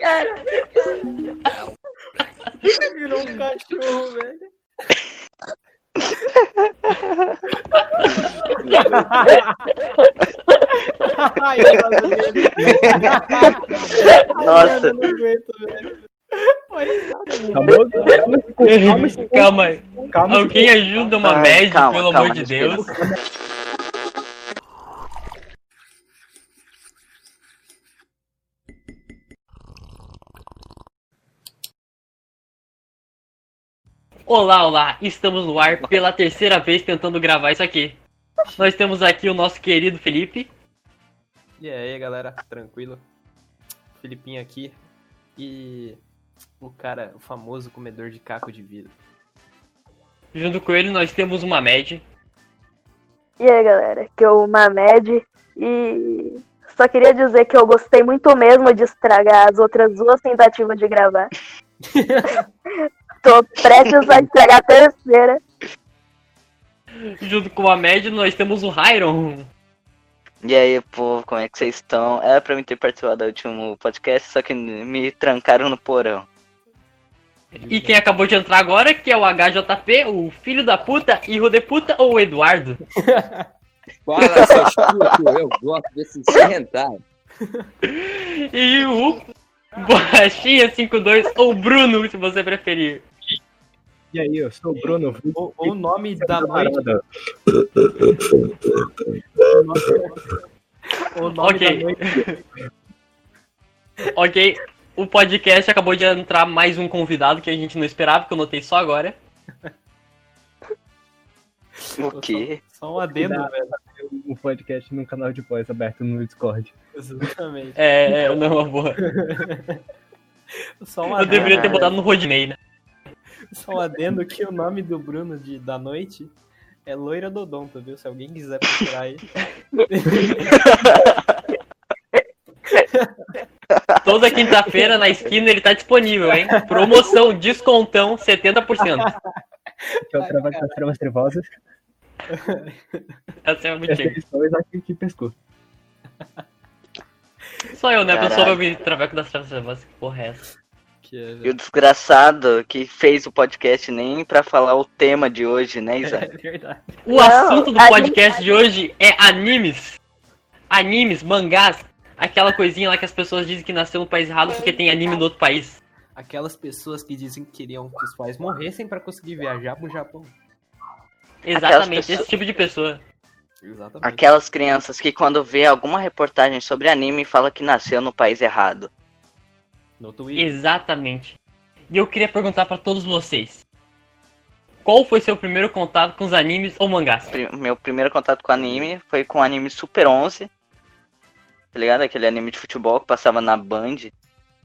cara! Virou um cachorro, velho. Ai, Nossa. eu não aguento, velho. Ai, Calma, calma, Calma aí. calma, calma. Alguém ajuda uma Ai, médica, calma, pelo calma, amor de respira. Deus. Olá, olá! Estamos no ar pela terceira vez tentando gravar isso aqui. Nós temos aqui o nosso querido Felipe. E aí, galera, tranquilo? Filipinho aqui e o cara, o famoso comedor de caco de vidro. Junto com ele nós temos uma média. E aí, galera, que eu Mamed e só queria dizer que eu gostei muito mesmo de estragar as outras duas tentativas de gravar. Tô prestes a estragar a terceira. Junto com a média nós temos o Hyron. E aí, povo, como é que vocês estão? Era pra mim ter participado do último podcast, só que me trancaram no porão. E quem acabou de entrar agora, que é o HJP, o filho da puta, irro de puta ou o Eduardo. Fala, seu chuco, eu gosto desse sentar. E o Borrachinha52 ou Bruno, se você preferir. E aí, eu sou o Bruno Vulgo, O, o nome é da noite, camarada. o nome Ok. da noite Ok, o podcast acabou de entrar mais um convidado que a gente não esperava, que eu notei só agora. O quê? só um adendo, Cuidado. velho. Um podcast num canal de voz aberto no Discord. Exatamente. É, é, não, é uma boa. Só um Eu adendo, deveria ter botado no Rodney, né? só um adendo que o nome do Bruno de, da noite é Loira Dodonta, viu? Se alguém quiser procurar aí. Toda quinta-feira na esquina ele tá disponível, hein? Promoção, descontão, 70%. Que é o trabalho das tramas trevosas. Essa é uma E as mentira. edições aqui que pescou. Só eu, né? A pessoa vai Caralho. ouvir Traveco das Travas, que porra é essa? Que é, E o desgraçado que fez o podcast nem pra falar o tema de hoje, né, Isaac? é verdade. O Não, assunto do a podcast de hoje é animes. Animes, mangás, aquela coisinha lá que as pessoas dizem que nasceu no país errado porque tem anime no outro país. Aquelas pessoas que dizem que queriam que os pais morressem pra conseguir viajar pro Japão. Exatamente, pessoas- esse tipo de pessoa. Exatamente. Aquelas crianças que quando vê alguma reportagem sobre anime fala que nasceu no país errado. No Twitter. Exatamente. E eu queria perguntar pra todos vocês. Qual foi seu primeiro contato com os animes ou mangás? Pri- Meu primeiro contato com anime foi com o anime Super 11. Tá ligado? Aquele anime de futebol que passava na Band.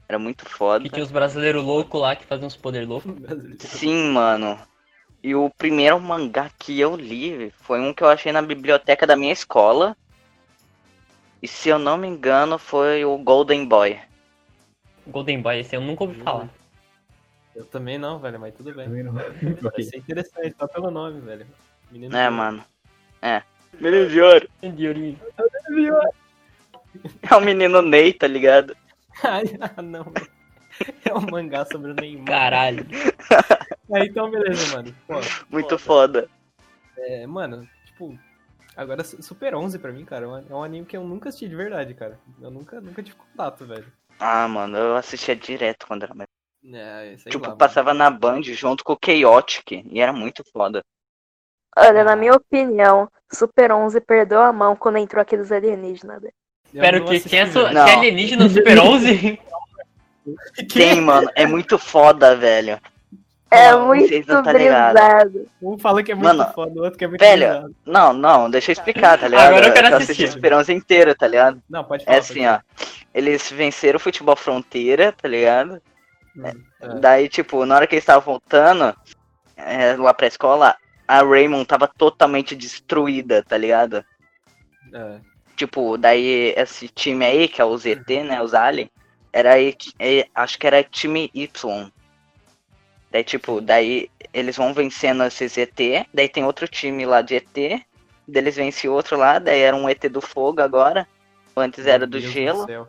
Era muito foda. Que tinha os brasileiros loucos lá que faziam uns poder loucos. Sim, mano. E o primeiro mangá que eu li foi um que eu achei na biblioteca da minha escola. E se eu não me engano, foi o Golden Boy. Golden Boy, esse eu nunca ouvi falar. Eu também não, velho, mas tudo bem. Também não. Vai Ok. ser interessante, só pelo nome, velho. Menino É, que- mano. É. Menino de ouro. Diorinho. É o menino Ney, tá ligado? Ai, ah, não. velho. É um mangá sobre o Neymar. Caralho. É, então, beleza, mano. Pô, Muito foda. é, mano, tipo, agora Su- Super 11 pra mim, cara, é um- é um anime que eu nunca assisti de verdade, cara. Eu nunca, nunca tive contato, velho. Ah, mano, eu assistia direto quando era mais. É, sei Tipo, lá, mano. passava na Band junto com o Chaotic. E era muito foda. Olha, na minha opinião, Super 11 perdeu a mão quando entrou aqueles alienígenas. né? Eu Espero não que assisti, quem é so- velho. que é alienígena no Super 11? Tem, mano. É muito foda, velho. É Não, muito vocês não tá ligado. brisado. Um fala que é muito Mano, foda, o outro que é muito velho. pesado. Não, não, deixa eu explicar, tá ligado? Agora eu quero assisti assistir. o Esperança inteiro, tá ligado? Não, pode falar. É assim, ó. Eles venceram o futebol fronteira, tá ligado? É. Daí, tipo, na hora que eles estavam voltando é, lá pra escola, a Raymond tava totalmente destruída, tá ligado? ó. É. Tipo, daí esse time aí, que é o Uhum. ZT, né? Os Alien, era aí, é, acho que era time Y. Daí, tipo, daí eles vão vencendo esse ZT, daí tem outro time lá de ET, daí eles vencem outro lá, daí era um ET do fogo agora, antes era do Meu Deus gelo. céu.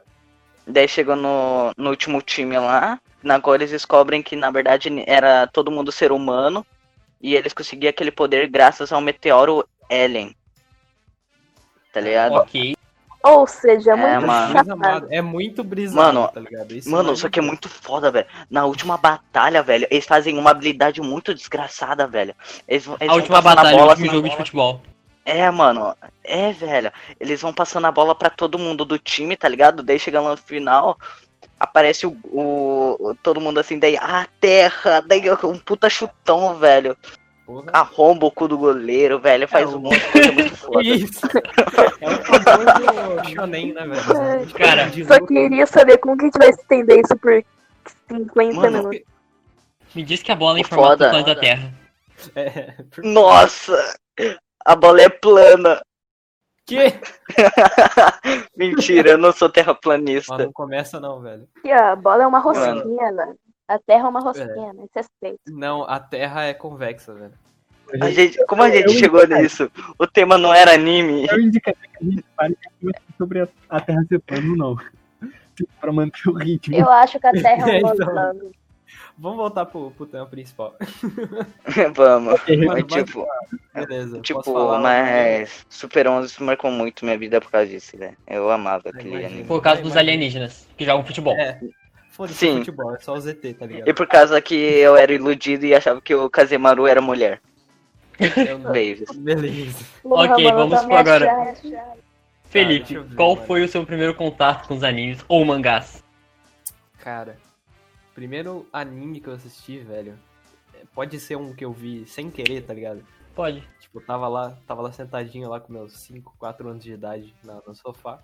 Daí chegou no, no último time lá. Na qual eles descobrem que, na verdade, era todo mundo ser humano. E eles conseguiam aquele poder graças ao meteoro Ellen. Tá ligado? Ok. Ou É, seja, é muito mano. Brisa chapado. amado. É muito brisado, Mano, tá ligado? Isso Mano, só que é muito foda, velho. Na última batalha, velho, eles fazem uma habilidade muito desgraçada, velho. Eles, vão- eles A vão última passando a batalha, o bola, último assim, jogo de futebol. É, mano. É, velho. Eles vão passando a bola pra todo mundo do time, tá ligado? Daí chega lá no final, aparece o, o- o- todo mundo assim, daí, ah, terra, daí um puta chutão, velho. Porra. Arromba o cu do goleiro, velho. Faz É, um o- monte de coisa muito foda. Que isso? É o famoso shonen, né, velho? Cara, De Só luta. queria saber como que a gente vai estender isso por 50 Mano, minutos. Me diz que a bola é em O formato foda- do planeta Terra. É. Nossa! A bola é plana. Que? Mentira, eu não sou Ó, terraplanista. não começa não, velho. Aqui, ó, a bola é uma rosquinha, né? A terra é uma rosquinha, né? Isso é feio. Não, a Terra é convexa, velho. A gente, como a gente chegou nisso? O tema não era anime. Eu indicaria que a gente fale sobre a, a Terra ser plano, não. pra manter o ritmo. Eu acho que a terra é É, um então. plano. Vamos voltar pro, pro tema principal. Vamos. é Mano, Mas, mas- tipo, Beleza. tipo posso falar? mas é- Super 11 marcou muito minha vida por causa disso, velho. Eu amava aquele imagino. anime. Por causa dos Imagina. alienígenas, que jogam futebol. É. Foda-se Sim. o futebol, é só o ZT, tá ligado? E por causa que eu era iludido e achava que o Kazemaru era mulher. Eu não- Babies. Beleza. Lorra, Ok, mano, vamos tá pro agora. me achando. deixa Felipe, eu ver, qual mano. foi o seu primeiro contato com os animes ou mangás? Cara, primeiro anime que eu assisti, velho. é, Pode ser um que eu vi sem querer, tá ligado? Pode. Tipo, eu tava lá, tava lá sentadinho lá com meus 5, 4 anos de idade na, no sofá.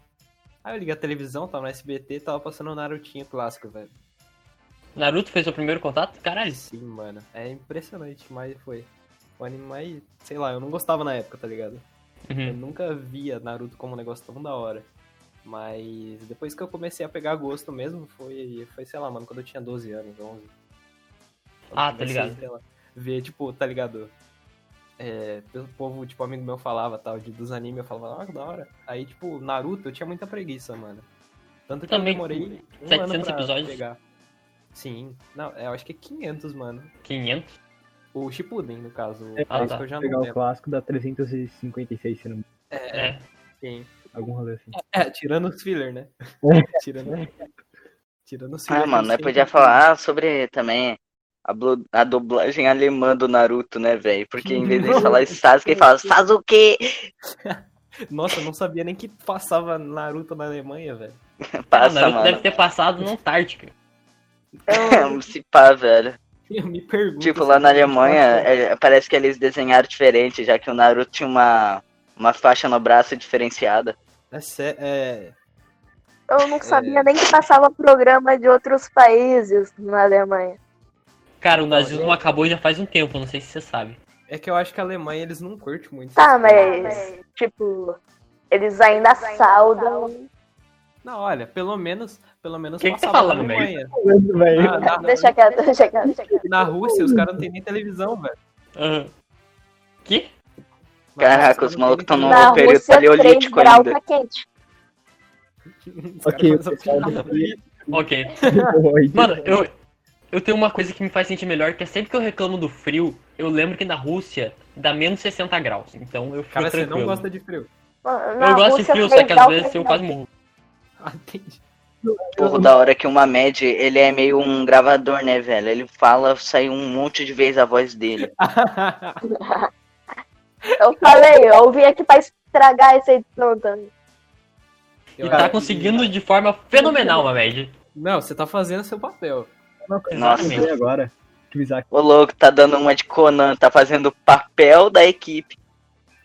Aí eu liguei a televisão, tava no SBT, tava passando o Narutinho clássico, velho. Naruto foi seu primeiro contato? Caralho. Sim, mano. É impressionante, mas foi. O anime mais, sei lá, eu não gostava na época, tá ligado? Eu Uhum. nunca via Naruto como um negócio tão da hora. Mas depois que eu comecei a pegar gosto mesmo, foi, foi sei lá, mano, quando eu tinha 12 anos, 11. Quando Ah, tá eu comecei, ligado. sei lá, ver, tipo, tá ligado? É, o povo, tipo, amigo meu falava tal, de, dos animes, eu falava, ah, que da hora. Aí, tipo, Naruto, eu tinha muita preguiça, mano. Tanto que Também eu demorei um 700 ano pra episódios. pegar. Sim, não, eu acho que é 500, mano. 500? O Shippuden, no caso. o Ah, resto tá. eu já É, Pegar não o lembro. clássico da 356, se não É, É. sim. algum rolê assim. É, tirando os filler, né? É. tirando, tirando os filler. Ah, mano, eu nós sempre podia fui- falar sobre também a, blu- a dublagem alemã do Naruto, né, velho? Porque em vez de falar Sasuke, ele fala Sasuke! Nossa, eu não sabia nem que passava Naruto na Alemanha, velho. Ah, Passa, Naruto deve mano. ter passado na Antártica. é Se pá, velho. Eu me pergunto. Tipo, se lá na não Alemanha, passa- é, parece que eles desenharam diferente, já que o Naruto tinha uma, uma faixa no braço diferenciada. É, sé- é, Eu não sabia nem que passava programa de outros países na Alemanha. Cara, o nazismo acabou já faz um tempo, não sei se você sabe. é que eu acho que a Alemanha eles não curtem muito. Tá, essas coisas. mas, tipo, eles ainda saudam. Não, olha, pelo menos. Pelo menos Que que tá passava na falando, velho? Alemanha. velho. Ah, na, Deixa quieto, deixa quieto. deixa quieto. na Rússia os caras não tem nem televisão, velho. Aham. Que? Na Caraca, Rússia os não tem malucos tão nem no- Na período Rússia, três paleolítico graus ainda. tá quente. televisão. Os Ok, caras pessoal, fazem- Ok. então. Mano, eu, eu tenho uma coisa que me faz sentir melhor, que é sempre que eu reclamo do frio, eu lembro que na Rússia dá menos 60 graus. Então eu fico Cara, você tranquilo. não gosta de frio. Mano, na Eu gosto de Rússia, frio, três só que às graus vezes tá eu quente. quase morro. Ah, entendi. Uhum. Porra, da hora que uma média, ele é meio um gravador, né, velho? Ele fala, sai um monte de vez a voz dele. tá Eu falei, eu vim aqui pra estragar essa edição também. Eu e acho tá que- conseguindo de forma fenomenal, Mamed. Não, você tá fazendo seu papel. Nossa. Lembrei agora que o Isaac Ô louco, tá dando uma de Conan, tá fazendo o papel da equipe.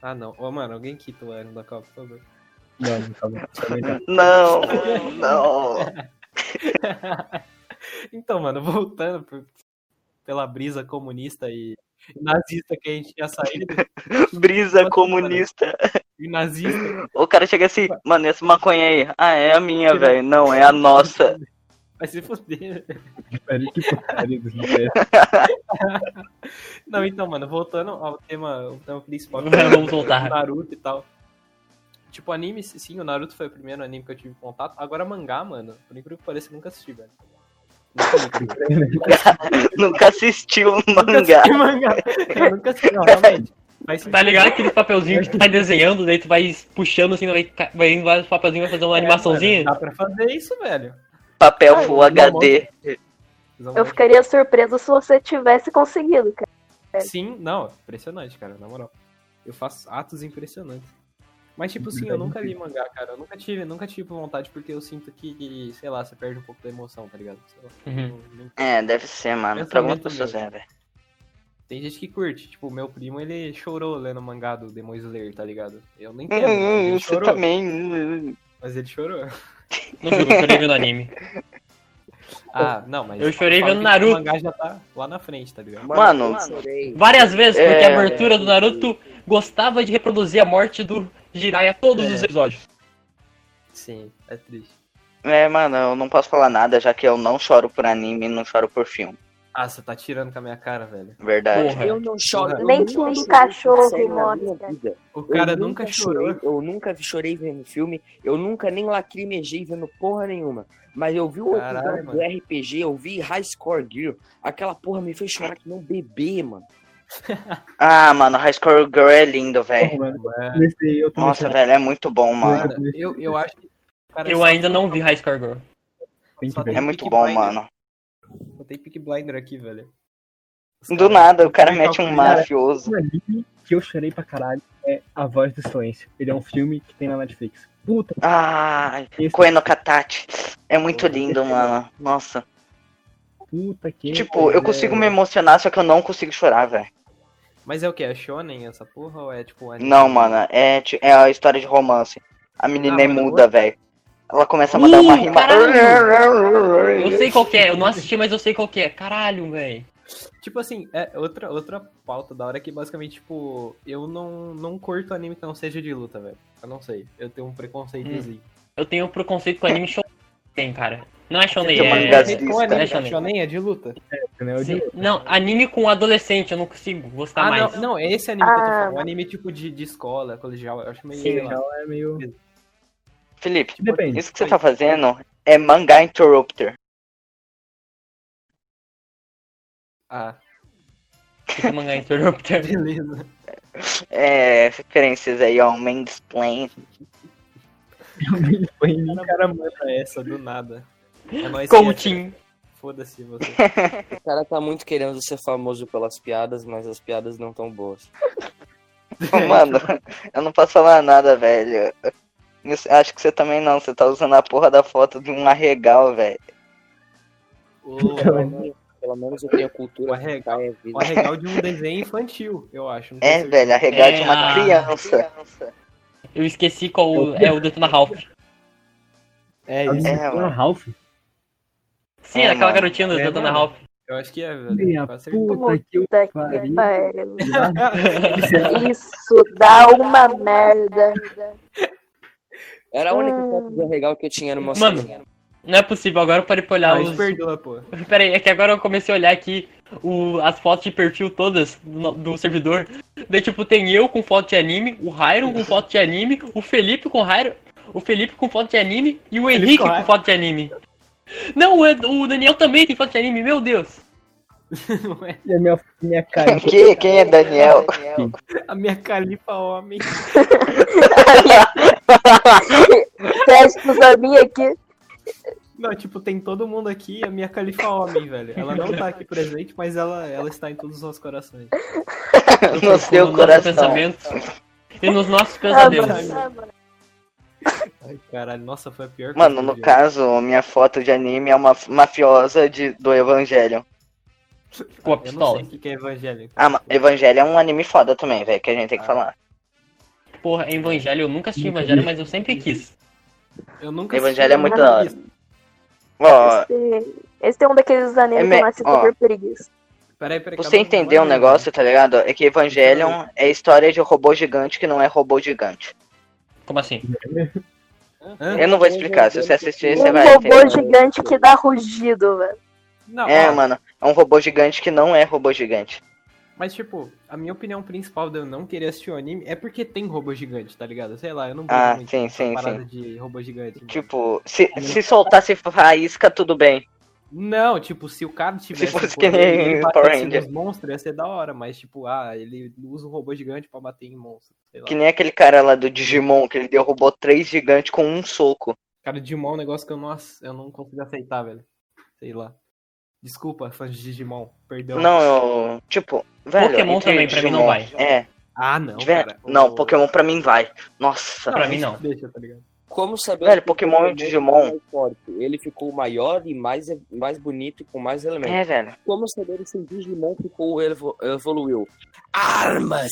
Ah, não. Ô, mano, alguém quita o Iron da Copa, por favor. Não, não tá bom. Tá bem, tá. Não, não. Então, mano, voltando pro- pela brisa comunista e nazista que a gente tinha saído, Brisa comunista. e nazista, O cara chega assim, mano, essa maconha aí. Ah, é a minha, velho. Não, é a nossa. vai se fuder. Peraí, É, que porcaria desse negócio. Não, então, mano, voltando ao tema, ao tema principal, que é Vamos o voltar. Naruto e tal. Tipo, anime, sim, o Naruto foi o primeiro anime que eu tive contato. Agora, mangá, mano, por incrível que pareça, eu nunca assisti, velho. Nunca assisti. né? Nunca assistiu um Nunca mangá. assisti mangá. Eu nunca assisti, não, realmente. Mas, Tá ligado aquele papelzinho que tu vai desenhando, daí tu vai puxando assim, vai, ca- vai indo vários papelzinhos, vai fazendo uma é, animaçãozinha? mano, Dá pra fazer isso, velho. Papel Ah, Full não, HD. Hum. Eu ficaria surpresa se você tivesse conseguido, cara. Sim, não, impressionante, cara, na moral. Eu faço atos impressionantes. Mas, tipo, sim, eu nunca li mangá, cara. Eu nunca tive, nunca tive vontade, porque eu sinto que, sei lá, você perde um pouco da emoção, tá ligado? Sei lá. Uhum. Não- não- É, deve ser, mano. Pra algumas Pensamento pessoas mesmo. é, velho. Tem gente que curte. Tipo, meu primo, ele chorou lendo o mangá do Demon Slayer, tá ligado? Eu nem entendo. mas Hum, ele Você chorou. também. Mas ele chorou. Não sei, eu chorei vendo anime. Ah, não, mas... Eu chorei fala vendo que Naruto. O mangá já tá lá na frente, tá ligado? Mano, eu chorei. Várias vezes, É. porque a abertura do Naruto gostava de reproduzir a morte do Jiraiya É, todos os episódios. Sim, é triste. É, mano, eu não posso falar nada, já que eu não choro por anime e não choro por filme. Ah, você tá tirando com a minha cara, velho. Verdade. Porra. Eu não choro. eu Nem nunca tinha um chorei cachorro, sério na Mônica. minha vida. O Eu cara nunca, chorou. chorei, Eu nunca chorei vendo filme. Eu nunca nem lacrimejei vendo porra nenhuma. Mas eu vi o Caralho, episódio mano. do RPG, eu vi High Score Girl. Aquela porra me fez chorar que não bebê, mano. Ah, mano, High Score Girl é lindo, velho. Porra, mano, É. comecei eu também. Nossa, velho, é muito bom, mano. Cara, eu, eu acho que... Cara, Eu só- ainda não vi High Score Girl. Tem que só ver. É muito bom, mano. Botei Pick Blinder aqui, velho. Os Do caras- nada, o cara mete um mafioso. Um anime que eu chorei pra caralho é A Voz do Silêncio. Ele é um filme que tem na Netflix. Puta, Ah, esse, Koeno Katati. É muito lindo, mano. Nossa. puta que. né? Tipo, eu consigo me emocionar, só que eu não consigo chorar, velho. Mas é o que? É Shonen essa porra ou é tipo. anime? Não, mano, é, ti- é a história de romance. A menina Ah, é mano, muda, eu- velho. Ela começa a mandar uma Ih, rima. Eu sei qual que é, eu não assisti, mas eu sei qual que é. Caralho, véi. Tipo assim, é outra, outra pauta da hora que basicamente, tipo, eu não, não curto anime que não seja de luta, velho. Eu não sei. Eu tenho um preconceitozinho. Eu tenho preconceito com anime shonen, cara. Não é shonen, Tem é... mangás de- Tipo, Com anime, né, Shonen. Shonen? Shonen é de luta. né? Eu Sim. digo, Não, anime com adolescente, eu não consigo gostar ah, mais. não, não, é esse anime que eu tô Ah. falando. Um anime tipo de, de escola, colegial. Eu acho meio. Sim, sei lá. legal, é meio. Felipe, tipo Depende. isso que você tá fazendo é mangá interrupter. Ah, Esse Tipo, mangá Interrupter. beleza. É, referências aí, ó, mansplain. O cara manda essa do nada. É nóis que é, Coaching. Foda-se você. O cara tá muito querendo ser famoso pelas piadas, mas as piadas não tão boas. Mano, eu não posso falar nada, velho. Eu acho que você também não, você tá usando a porra da foto de um arregal, velho. O, Pelo menos eu tenho a cultura. O arreg- que tá, é vida. o arregal de um desenho infantil, eu acho. não tenho É, certeza. velho, arregal de É, uma a- criança. Eu esqueci qual é o Detona Ralph. É isso. É, Ah, mano. Ralph. Sim, É, aquela mano. garotinha do É, Detona mano. Ralph. Eu acho que é, Minha velho. Com certeza. puta que eu Puta que pariu. pariu. Será Isso dá uma merda. Era a única Hum. foto de arregal que eu tinha no meu Mano, celular. Não é possível, agora eu parei pra olhar Ah, os... isso perdoa, pô. Pera aí, é que agora eu comecei a olhar aqui o- as fotos de perfil todas no- do servidor. Daí, tipo, tem eu com foto de anime, o Rairon com foto de anime, o Felipe com Rairon, o Felipe com foto de anime e o Henrique com com Rairon. foto de anime. Não, o Ed- o Daniel também tem foto de anime, meu Deus. é. que a é minha, minha cara. Que, quem é Daniel? A minha califa homem. Teste pros amigos aqui. Não, tipo, tem todo mundo aqui, a minha califa homem, velho. Ela não tá aqui presente, mas ela, ela está em todos os nossos corações. No Nos seu nossos coração. pensamentos e nos nossos Ah, pesadelos. mano, ah, mano. Ai, caralho, nossa, foi a pior coisa Mano, que eu no vi. caso, minha foto de anime é uma f- mafiosa de, do Evangelho. Com a Eu não pistola. sei o que que é evangélico. Ah, ma- Evangelho é um anime foda também, velho, que a gente tem que falar. Porra, é Evangelho, eu nunca assisti Evangelho, mas eu sempre quis. Eu nunca Evangelho é muito nada da hora. disso. Ó, Esse, esse é um daqueles É animes me- que eu assisto ó. por preguiça. Peraí, peraí. você calma, entendeu um calma aí, negócio, tá ligado? É que Evangelion é história de robô gigante que não é robô gigante. Como assim? velho. né? Hã? Eu não vou explicar, se você assistir, você Um vai robô entender. gigante que dá rugido, velho. Não, É, ó, mano, é um robô gigante que não é robô gigante. Mas, tipo, a minha opinião principal de eu não querer assistir o anime é porque tem robô gigante, tá ligado? Sei lá, eu não Ah, muito sim, dessa sim, parada de robô gigante. mano. Tipo, se, se soltasse faísca, tudo bem. Não, tipo, se o cara tivesse. fosse o poder, que nem ele Power batesse Ranger. nos monstros, ia ser da hora, mas, tipo, ah, ele usa um robô gigante pra bater em monstros. Sei lá. Que nem aquele cara lá do Digimon, que ele derrubou três gigantes com um soco. Cara, Digimon é um negócio que eu não, ace- eu não consigo aceitar, velho. Sei lá. Desculpa, fãs de Digimon. Perdão. Não, eu. Tipo, velho. Pokémon entre também, pra mim, não Digimon- vai. É, Ah, não. de ver- Cara. não, O- Pokémon pra mim vai. Nossa. Pra mim, não. Deixa, tá ligado? Como saber Velho, que Pokémon e o Digimon. é mais forte? Ele ficou maior e mais, mais bonito e com mais elementos. É, velho. Como saber se o Digimon ficou evo- evoluiu? Armas!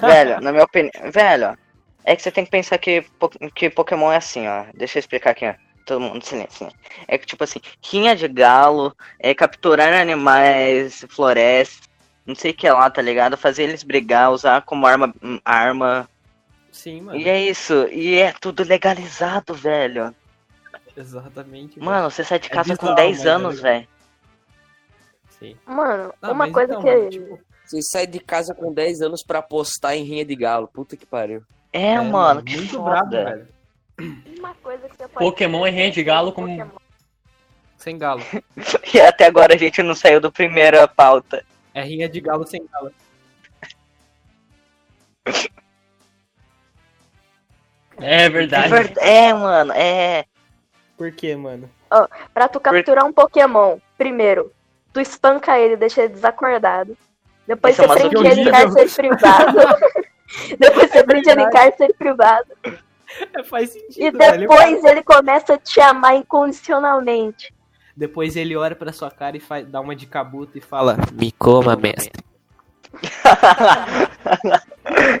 Velho, na minha opinião. Velho, é que você tem que pensar que, po- que Pokémon é assim, ó. Deixa eu explicar aqui, ó. Todo mundo, silêncio. É que, tipo assim, rinha de galo, é capturar animais, florestas, não sei o que lá, tá ligado? Fazer eles brigar, usar como arma. hum, arma. Sim, mano. E é isso. E é tudo legalizado, velho. Exatamente. velho. Mano, você sai de É casa com bizarro, 10 mas é anos, legal. velho. Sim. Mano, Ah, uma mas coisa então, que. mano, tipo, Você sai de casa com 10 anos pra apostar em rinha de galo. Puta que pariu. É, mano, que muito foda. brabo, velho. Uma coisa que você pode Pokémon é rinha de galo com- Pokémon. Sem galo. E até agora a gente não saiu do primeira pauta. É rinha de galo sem galo. É É, verdade. ver- é, mano, é. Por quê, mano? Pra tu capturar um Pokémon, primeiro, tu espanca ele, deixa ele desacordado. Depois Isso é você uma prende zoologia. ele em cárcere privado. depois você prende ele em cárcere privado. É, faz E sentido, velho. depois ele começa a te amar incondicionalmente. Depois ele olha pra sua cara e faz, dá uma de cabuta e fala. Me coma, mestre.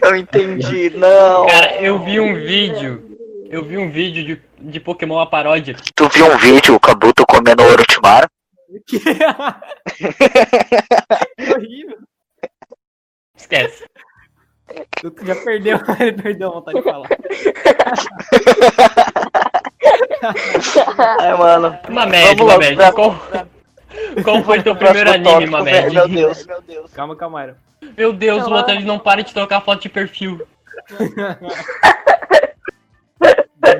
Eu entendi, não. Cara, eu vi um vídeo. Eu vi um vídeo de, de Pokémon a paródia. Tu viu um vídeo, o Kabuto comendo o Orochimaru? Que Que horrível. Esquece. Eu já perdeu, ele perdeu a vontade de falar. Ai, É, mano. Mamed, Vamos logo Mamed. pra- Qual, qual foi teu primeiro Próximo anime, tópico, velho, Mamed? Meu Deus. Calma, calma, Aaron. Meu Deus, o Otávio não para de trocar foto de perfil.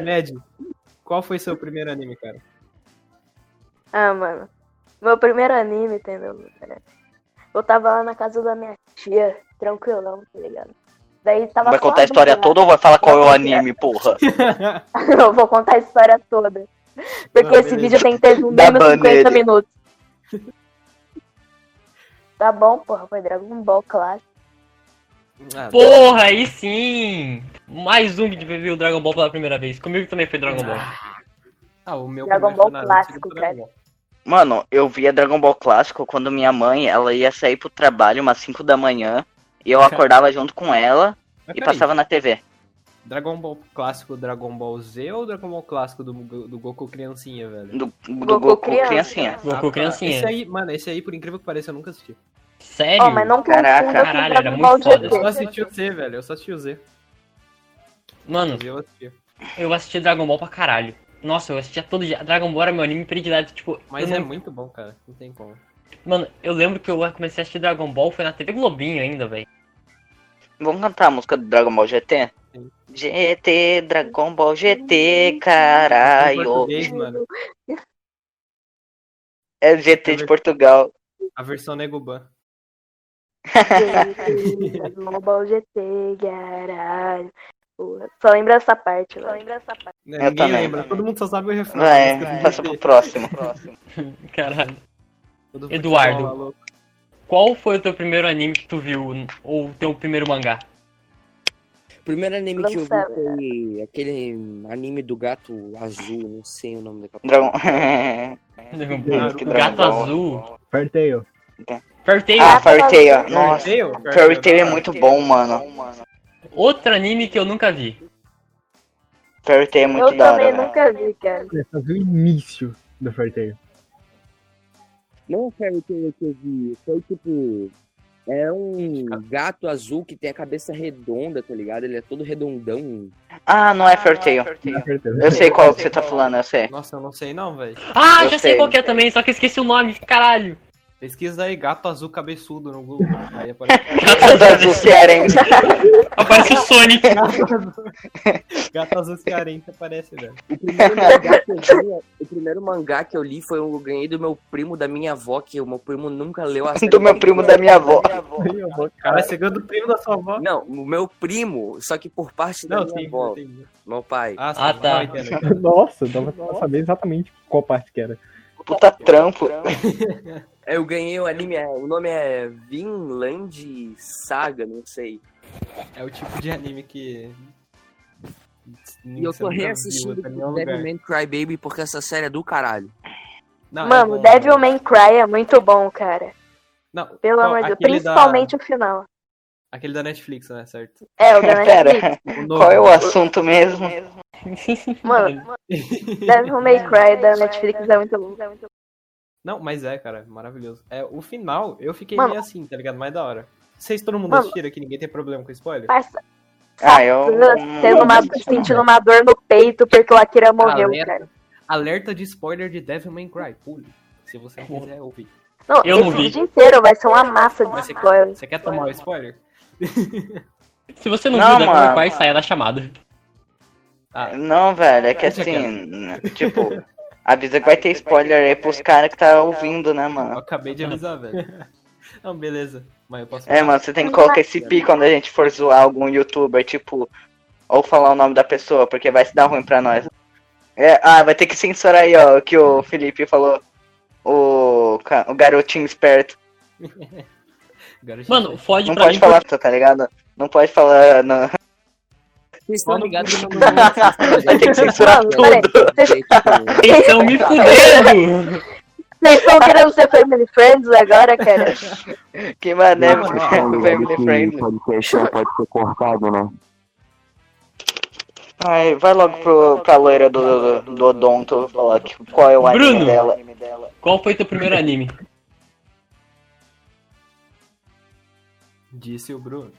Mad, qual foi seu primeiro anime, cara? Ah, mano. Meu primeiro anime, entendeu? É. Eu tava lá na casa da minha tia, tranquilão, tá ligado? Daí tava Vai só contar a história lá. toda ou vai falar é qual é o anime, porra? Eu vou contar a história toda. Porque Ah, esse beleza. vídeo tem que ter no Dá mínimo ban 50 nele. minutos. Tá bom, porra, foi Dragon Ball, claro. Ah, Porra, aí sim! Mais um que viu o Dragon Ball pela primeira vez. Comigo também foi Dragon Ball. Ah, o meu Dragon primeiro Ball foi Naruto, clássico, segundo foi cara. Dragon Ball. Mano, eu via Dragon Ball Clássico quando minha mãe, ela ia sair pro trabalho umas 5 da manhã. E eu acordava junto com ela Mas e peraí, passava na TV. Dragon Ball clássico, Dragon Ball Z ou Dragon Ball clássico do, do Goku criancinha, velho? Do, do Goku Goku criança. criancinha. Goku tá. criancinha. Esse aí, mano, esse aí, por incrível que pareça, eu nunca assisti. Sério? Ó, mas não confunda Caraca. com Caralho, era Dragon muito Ball foda. assim? Eu só GT. assisti o Z, velho. Eu só assisti o Z. Mano, O Z eu assisti. eu assisti Dragon Ball pra caralho. Nossa, eu assistia todo dia. Dragon Ball era meu anime predileto, tipo... Mas eu é não- muito bom, cara. Não tem como. Mano, eu lembro que eu comecei a assistir Dragon Ball, foi na TV Globinho ainda, velho. Vamos cantar a música do Dragon Ball GT? Sim. GT, Dragon Ball GT, Em caralho. português, mano. É o GT de Portugal. A versão Neguban. Dragon Ball GT, caralho. Porra, Só lembra essa parte, Só lembra essa parte. Né, Eu Ninguém também. lembra. Todo mundo só sabe o refrão. Vai, Mas que eu passa não pro próximo. Caralho. sei. Do Eduardo. futebol, maluco. Qual foi o teu primeiro anime que tu viu? Ou o teu primeiro mangá? Primeiro anime que eu vi Lançado. foi aquele anime do gato azul, não sei o nome daquela Dragon. O que Gato Dragon Ball. Azul. Apertei eu. Fairy Ah, Tail. Fairy Tail. Nossa, Fairy Tail, Fairy Tail é muito bom, mano. Outro anime que eu nunca vi. Fairy Tail é Eu muito da hora. também velho. nunca vi, cara. Olha, só vi é o início do Fairy Tail. Não foi o que eu que eu vi, foi tipo. É um gato azul que tem a cabeça redonda, tá ligado? Ele é todo redondão. Ah, não é Fairy Tail. Apertei. Eu sei qual que você tá falando, eu sei. Nossa, eu não sei não, velho. Ah, Eu já sei sei. qual que é também, só que eu esqueci o nome, caralho. Pesquisa aí, gato azul cabeçudo no Google. Aí aparece Todas as querem. Aparece o Sonic. gato azul. gato azul cearense aparece, velho. O primeiro, mangá que eu li, o primeiro mangá que eu li foi um que eu ganhei do meu primo da minha avó, que o meu primo nunca leu a série. Do meu primo da minha avó. Cara, você ganhou do primo da sua avó. Não, o meu primo, só que por parte da Não, minha sim, avó, entendi. meu pai. Ah, sim, Ah, tá. não, entendo. Nossa, dava pra saber exatamente qual parte que era. Puta trampo. Eu ganhei o anime, é- o nome é Vinland Saga, não sei. É o tipo de anime que. E eu tô Você nunca viu, reassistindo tá em nenhum lugar. Devilman Crybaby porque essa série é do caralho. Não, é Mano, bom. Devil May Cry é muito bom, cara. Não, Pelo qual- amor de Deus. aquele da- Principalmente o final. Aquele da Netflix, né? Certo. É, o da Netflix. Pera, qual é o assunto mesmo? Mano, Devil May Cry da Netflix é muito bom. Não, mas é, cara, maravilhoso. É, o final, eu fiquei Mano. meio assim, tá ligado? Mais da hora. Vocês todo mundo Mano. assistiram que ninguém tem problema com spoiler? Parça, Ah, eu. tendo uma, sentindo uma dor no peito porque o Akira morreu, Galera. cara. Alerta de spoiler de Devil May Cry, pule. Se você não quiser ouvir. Não, Eu esse não vi. vídeo inteiro vai ser uma massa de Mas você, spoiler. você quer tomar o spoiler? Se você não, Não, viu, daqui a mano. pouco vai sair da chamada. Não, velho, é que Deixa assim. Tipo, avisa que vai ter spoiler aí pros caras que tá ouvindo, né, Eu mano? acabei de avisar, velho. Não, beleza. Mas eu posso. É, mano, você tem que colocar esse pi quando a gente for zoar algum youtuber, tipo. Ou falar o nome da pessoa, porque vai se dar ruim pra nós. É, ah, vai ter que censurar aí, ó, o que o Felipe falou. O, ca- o garotinho esperto. Garotinho, Mano, fode Não pra pode mim. falar, tá ligado? Não pode falar. Não. Vocês estão Mano, ligados que eu não Vai ter que censurar Mano, tudo. Vocês Gente, estão então me fudendo! Vocês estão querendo ser Family Friends agora, cara? Que mané, Não, mano. não, Family Friend. podcast não pode ser cortado, né? Ai, vai logo pro, pra loira do, do, do Odonto falar que, qual é o anime Bruno. dela. Qual foi teu primeiro anime? Disse o Bruno.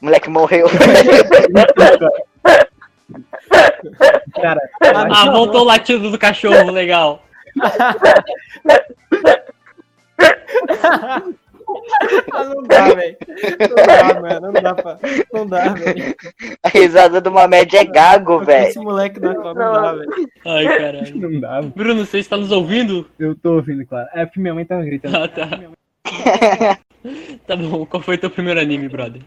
O moleque morreu. Cara, Ah, voltou o latido do cachorro, legal. Ah, não dá, velho. Não dá, mano. Não dá pra. Não dá, velho. A risada do Mamed é gago, velho. Esse moleque não, não dá, velho. Ai, caralho. não dá. Bruno, você está nos ouvindo? Eu tô ouvindo, claro. É porque minha mãe tava gritando. Ah, tá. Tá bom, qual foi teu primeiro anime, brother?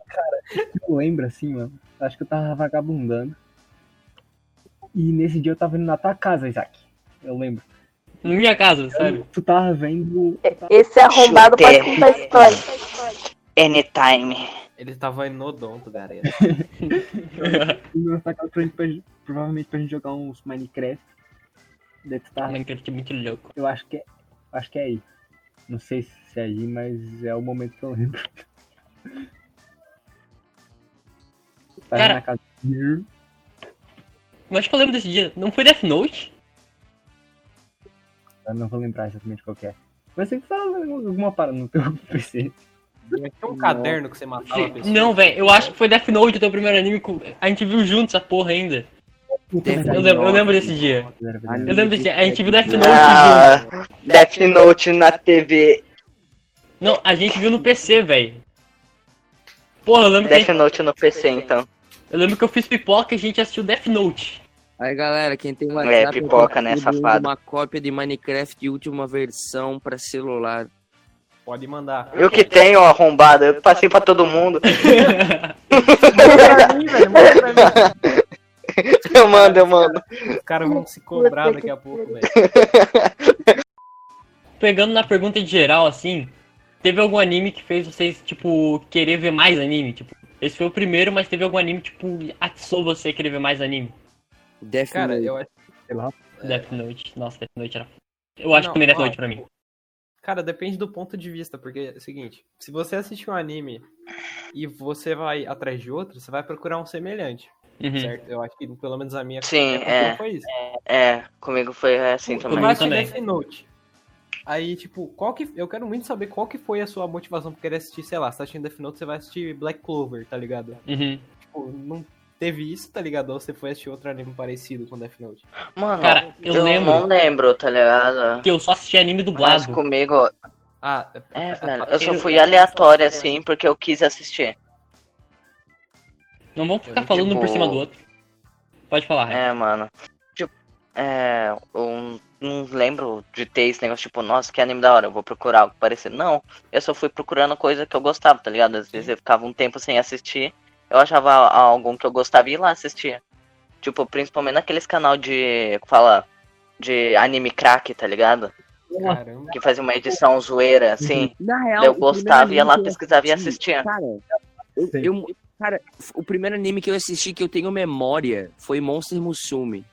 Eu lembro assim, mano. Acho que eu tava vagabundando. E nesse dia eu tava indo na tua casa, Isaac. Eu lembro. Na minha casa, sério. Tu tava vendo. Esse arrombado pode Chute. contar história. Anytime. Ele tava indo no odonto, galera. na tua casa pra gente- pra gente- provavelmente pra gente jogar uns Minecraft. Daí tu tava. Minecraft é muito louco. Eu acho que é. Acho que é aí. Não sei se é aí, mas é o momento que eu lembro. Tava Cara. na casa. do- Eu acho que eu lembro desse dia. Não foi Death Note? Eu não vou lembrar exatamente qual que é. Mas você fala alguma parada no teu PC. Tem um caderno que você matava a pessoa. Não, velho. Eu acho que foi Death Note, o teu primeiro anime. com- A gente viu junto essa porra ainda. Eu lembro, eu lembro desse dia. Eu lembro desse dia. A gente viu Death Note junto. Ah, Death Note na TV. Não, a gente viu no PC, velho. Porra, eu lembro, que a Death gente- Note no PC, então. eu lembro que eu fiz pipoca e a gente assistiu Death Note. Aí galera, quem tem uma É, pipoca, né, safado. um, Uma cópia de Minecraft de última versão pra celular. Pode mandar. Eu que tenho, ó, arrombado. Eu passei pra todo mundo. Manda pra mim, velho. Manda pra mim. Eu mando, eu mando. Os caras vão se cobrar daqui a pouco, velho. Pegando na pergunta de geral, assim, teve algum anime que fez vocês, tipo, querer ver mais anime? Tipo, esse foi o primeiro, mas teve algum anime, tipo, atiçou você a querer ver mais anime? Death Cara, Note. eu acho. É. Death Note. Nossa, Death Note era. Eu acho Não, que também Death ó, Note pra mim. Cara, depende do ponto de vista, porque é o seguinte, se você assiste um anime e você vai atrás de outro, você vai procurar um semelhante, Uhum. certo? Eu acho que pelo menos a minha Sim, época é. foi isso. É, comigo foi assim Eu também. Mas- baixo Também. Death Note. Aí, tipo, qual que. Eu quero muito saber qual que foi a sua motivação pra querer assistir, sei lá, se tá assistindo Death Note, você vai assistir Black Clover, tá ligado? Uhum. Tipo, não teve isso, tá ligado? Ou você foi assistir outro anime parecido com Death Note. Mano, Cara, eu não lembro lembro, tá ligado? que eu só assisti anime Mas dublado. comigo, Ah, É, velho. Eu só fui aleatório, assim, porque eu quis assistir. Não vamos ficar Eu, falando um por tipo, cima do outro. Pode falar, Raio. É, mano. Tipo, é. Eu não lembro de ter esse negócio, tipo, nossa, que anime da hora, eu vou procurar algo parecido. Não, eu só fui procurando coisa que eu gostava, tá ligado? Às vezes eu ficava um tempo sem assistir, eu achava algum que eu gostava e ia lá assistia. Tipo, principalmente naqueles canal de. fala. de anime crack, tá ligado? Caramba. Que fazia uma edição zoeira, assim. Na Daí real, Eu Uhum. É o primeiro gostava, ia anime lá, que eu pesquisava e assisti, assistia. Cara, eu, Sim. eu- cara, f- o primeiro anime que eu assisti que eu tenho memória foi Monster Musume.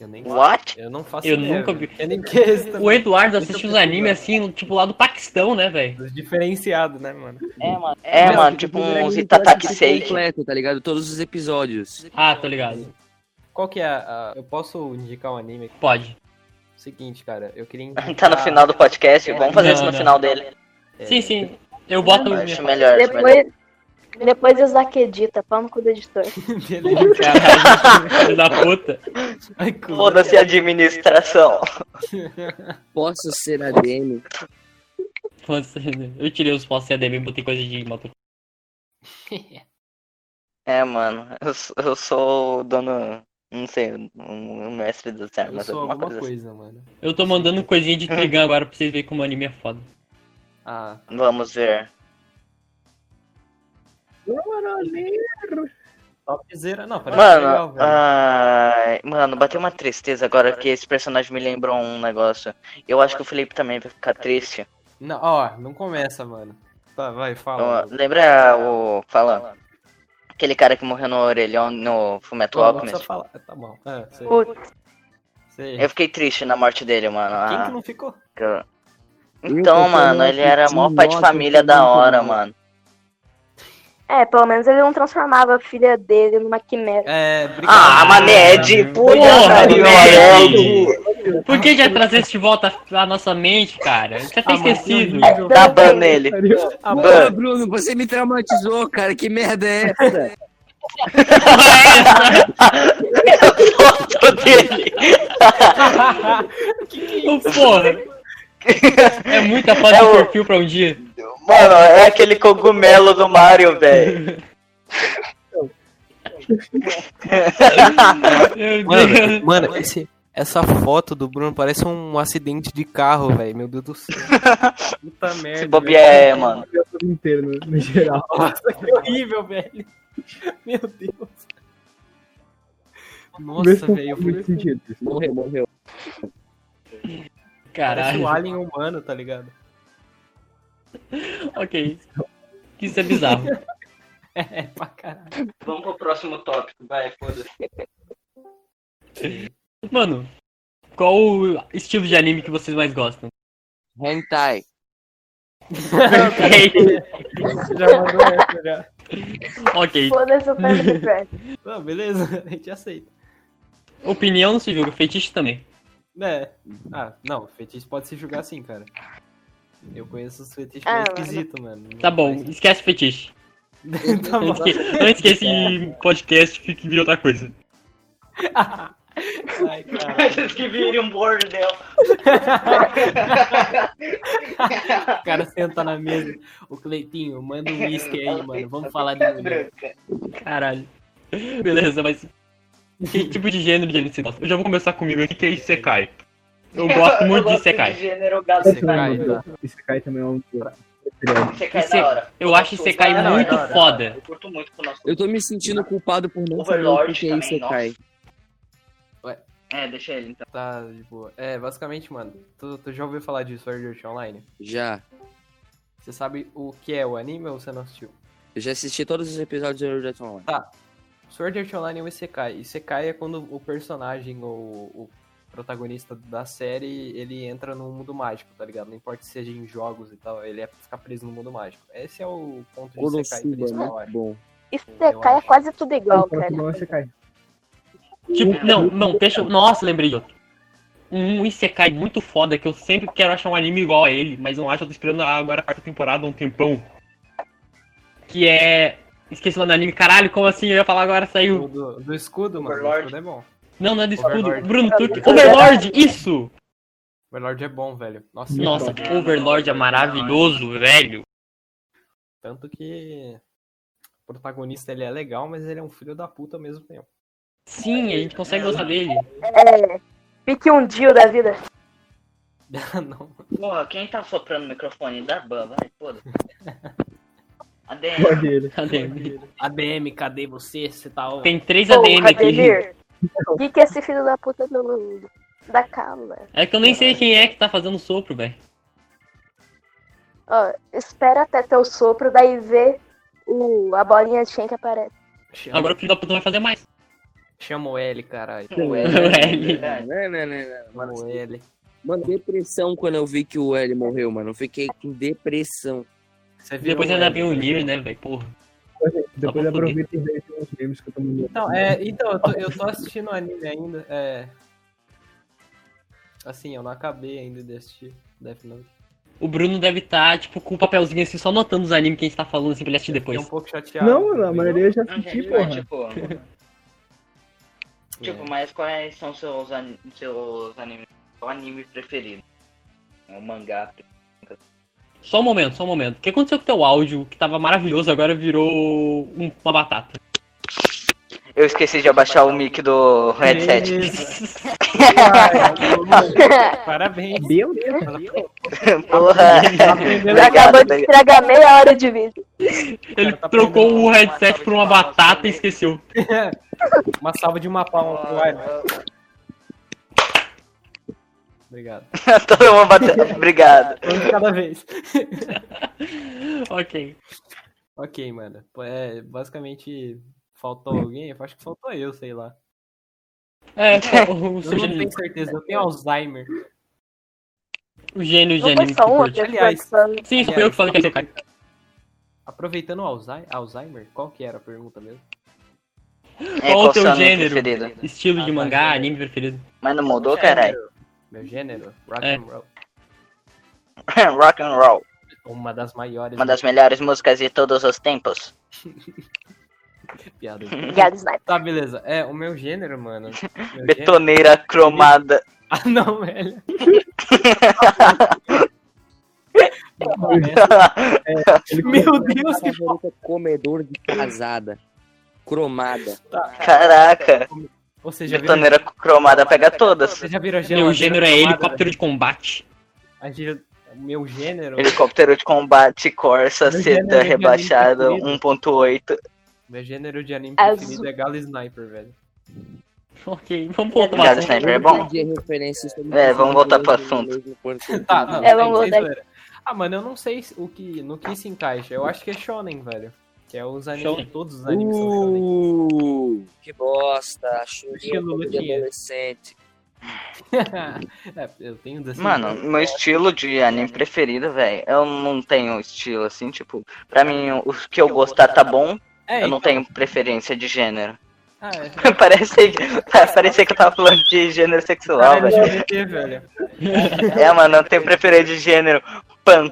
Eu nem What? Eu não faço Eu ideia, nunca velho. vi. Eu nem quero É. esse O também. Eduardo assiste uns animes assim, tipo lá do Paquistão, né, velho? Diferenciado, né, mano? É, mano. É, Mas, mano, tipo o primeiro uns anime que eu Itataki assisti Seiki. completo, tá ligado? Todos os episódios. Ah, tô ligado. Qual que é a, a- Eu posso indicar um anime? Pode. Seguinte, cara, eu queria Tá no indicar- final Ah, do é. podcast, vamos fazer Não, isso no não. final dele. É, Sim, sim. Eu boto. Eu acho melhor. tipo, acho melhor. Depois, depois o Isaac edita, pau no cu do editor. beleza. Caralho, filho da puta. Ai, cu. Foda-se a administração. Posso ser ADM? Nossa, Eu tirei os postos CDM e botei coisa de moto. É, mano, eu, sou- eu sou o dono, não sei, um, um mestre das Eu armas, sou alguma coisa. assim. coisa, mano. Eu tô mandando coisinha de Trigun agora pra vocês verem como o anime é foda. Ah, assim. Vamos ver. topzera. Não, parece Mano, ah. legal, velho. ai, mano, bateu uma tristeza agora que esse personagem me lembrou um negócio. Eu acho que o Felipe também vai ficar triste. Não, ó, não começa, mano. Tá, vai, Ó, fala. mano. lembra o. Fala. Aquele cara que morreu no orelhão no Fullmetal Não, não precisa Alchemist? falar. Tá bom. Ah, sei, Putz, sei. Eu fiquei triste na morte dele, mano. Quem Ah, que não ficou? que eu- Então, mano, ele era mó pai de família da hora, mano. É, pelo menos ele não transformava a filha dele numa quimera. É, obrigado. Ah, é mané, de puta, Porra, meu velho. amigo. Por que já trazer isso de volta à nossa mente, cara? Já tá esquecido. Dá ban nele. Ah, Ban. mano, Mano, Bruno, você me traumatizou, cara. Que merda é essa? Foto dele. Porra. É muita foto É de o- perfil pra um dia. Mano, é aquele cogumelo do Mario, velho. Meu Deus. mano, mano, esse- essa foto do Bruno parece um acidente de carro, velho. Meu Deus do céu. Puta merda. Se bobear é, mano. Eu tô inteiro, no, no geral. Nossa, que horrível, velho. Meu Deus. Vê se Nossa, não velho. eu faz fui- muito sentido. Morreu, morreu. Parece o Caralho. alien humano, tá ligado? Ok. Isso é bizarro. É, pra caralho. Vamos pro próximo tópico, vai, foda-se. Mano, qual o estilo de anime que vocês mais gostam? Hentai. já mandou essa, já. ok. Foda-se o Panda de Fred. Ah, beleza, a gente aceita. Opinião não se julga, feitiço também. Né? Ah, não, fetiche pode se julgar assim, cara. Eu conheço os fetiches Ah, meio mano. esquisitos, mano. Tá bom, esquece fetiche. tá Não bom. esque- não esquece em podcast que que vira outra coisa. Ai, cara. que viram um bordel. O cara senta na mesa. O Cleitinho, manda um uísque aí, mano. Vamos falar tá de mulher. Caralho. Beleza, mas. Que tipo de gênero de anime você gosta? Eu já vou começar comigo aqui, que é Isekai. Eu gosto muito de Isekai. gênero Você Ai, cai, meu tá? Deus. Esse cai também é um. Isekai Ise- hora. Eu acho Isekai Ah, não, muito é da hora, da hora. foda. Eu curto muito com o nosso. Eu tô me sentindo culpado por não saber o Overlord que é também, isso, Kai. É, deixa ele então. Tá, de boa. É, basicamente, mano, tu, tu já ouviu falar de Sword Art Online? Já. Você sabe o que é o anime ou você não assistiu? Eu já assisti todos os episódios de Naruto Online. Sword Art Online é um Isekai. Isekai é quando o personagem ou o protagonista da série, ele entra num mundo mágico, tá ligado? Não importa se seja em jogos e tal, ele é ficar preso no mundo mágico. Esse é o ponto de Isekai Konosuba, principal, eu muito acho. né? bom. Isso cai é quase tudo igual, cara. Você cai. Tipo, não, não, deixa eu. Nossa, lembrei de outro. Um Isekai muito foda que eu sempre quero achar um anime igual a ele, mas não acho, eu tô esperando agora a quarta temporada há um tempão. Que é. Esqueci o nome do anime, caralho, como assim? Eu ia falar agora, Do, saiu. do- do escudo, mano. O Overlord. escudo é bom. Não, não é do escudo. Overlord. Bruno Tuck. Overlord, isso! Overlord é bom, velho. Nossa, Nossa, é bom. Overlord é maravilhoso, velho. Tanto que o protagonista ele é legal, mas ele é um filho da puta ao mesmo tempo. Sim, a gente consegue gostar dele. É. Fique um dia da vida. Ah, não. Porra, quem tá soprando o microfone da né? Ban? Vai, foda. ADM. Pode ele. ADM. ADM, cadê você? Você tá. Tem três Ô, ADM aqui. Ademir, O que, que é esse filho da puta do, da Carla? É que eu nem sei quem é que tá fazendo sopro, velho. Ó, espera até teu sopro, daí vê o, a bolinha de quem que aparece. Chama, Agora o filho da puta vai fazer mais. chama o L, caralho. é. Ué, L. verdade. Né, né, né, né. Chama o L. Mano, depressão quando eu vi que o L morreu, mano. Eu fiquei com depressão. Você viu Depois o ainda L? vem o Nier, né, velho? Porra. Depois aproveita e vê os games que eu tô me Então, é, então eu, tô, eu tô assistindo anime ainda. É. Assim, eu não acabei ainda de assistir Death Note. O Bruno deve estar, tipo, com o papelzinho assim, só anotando os animes que a gente tá falando, assim, pra ele assistir Fiquei um depois. pouco chateado. Não, mano, a maioria eu já Não, assisti, gente, mas, porra. tipo, É. tipo, mas quais são seus, an... seus animes? Qual anime preferido? O mangá. Só um momento, só um momento. O que aconteceu com o teu áudio, que tava maravilhoso, agora virou um- uma batata? Eu esqueci de abaixar o mic do headset. É. Parabéns. Meu Deus. Porra! Aprendendo Acabou de estragar meia hora de vídeo. Ele Cara, tá trocou pegando o uma headset salva por de uma palmas batata e também. esqueceu. Uma salva de uma palma pro Iron. Obrigado. Todo mundo batendo. Obrigado. Um de cada vez. Ok. Ok, mano. Pô, É, basicamente, faltou alguém? Eu acho que faltou eu, sei lá. É, o, o Eu seu não gênio, tenho certeza, eu tenho Alzheimer. o gênio de Não foi anime que um só uma curte. pessoa Aliás. que falou. Sim, sou eu que falei que é seu cara. Aproveitando o Alzheimer, Alzheimer, qual que era a pergunta mesmo? É, Qual o seu teu anime gênero? preferido? Estilo Ah, de tá, mangá, gênero. anime preferido. Mas não mudou, caralho? Meu gênero, rock É. and roll. Rock and Roll. Uma das maiores Uma das melhores músicas de todos os tempos. piadas. Obrigado, Sniper. Tá, beleza. É, o meu gênero, mano. Meu gênero... Betoneira cromada. Ah, não, velho. Meu Deus, que favorita comedor de casada. Cromada. Caraca. Ou seja, viram... Betoneira cromada pega todas. Vocês já viram Meu geladeira gênero é cromada, helicóptero de combate. velho? A gel- Meu gênero, Helicóptero de combate, Corsa, Meu gênero Sedan de anime rebaixado, 1.8. preferido. meu gênero de anime Azul. preferido é Galo Sniper, velho. Ok, vamos pro outro Obrigado, lado. Sniper. É Eu bom? entendi a referência, isso não É, vamos voltar pro mesmo- assunto. mesmo português. Tá, tá, É, tá, vamos isso é mudar. zoeira. Ah, mano, eu não sei se- o que, no que se encaixa. Eu acho que é shonen, velho. Que é os animes, Shonen. todos os animes são shonen. Uh, que bosta. Churinha Estilo de lutinha. adolescente. é, eu tenho 16 Mano, anos. meu estilo de anime preferido, velho. Eu não tenho estilo assim, tipo. Pra mim, o que eu gostar tá bom. É, Eu não então- tenho preferência de gênero. Ah, é. Parece, parece que eu tava falando de gênero sexual, Cara, é velho. LGBT, velho. É, mano, eu tenho preferência de gênero. Pan.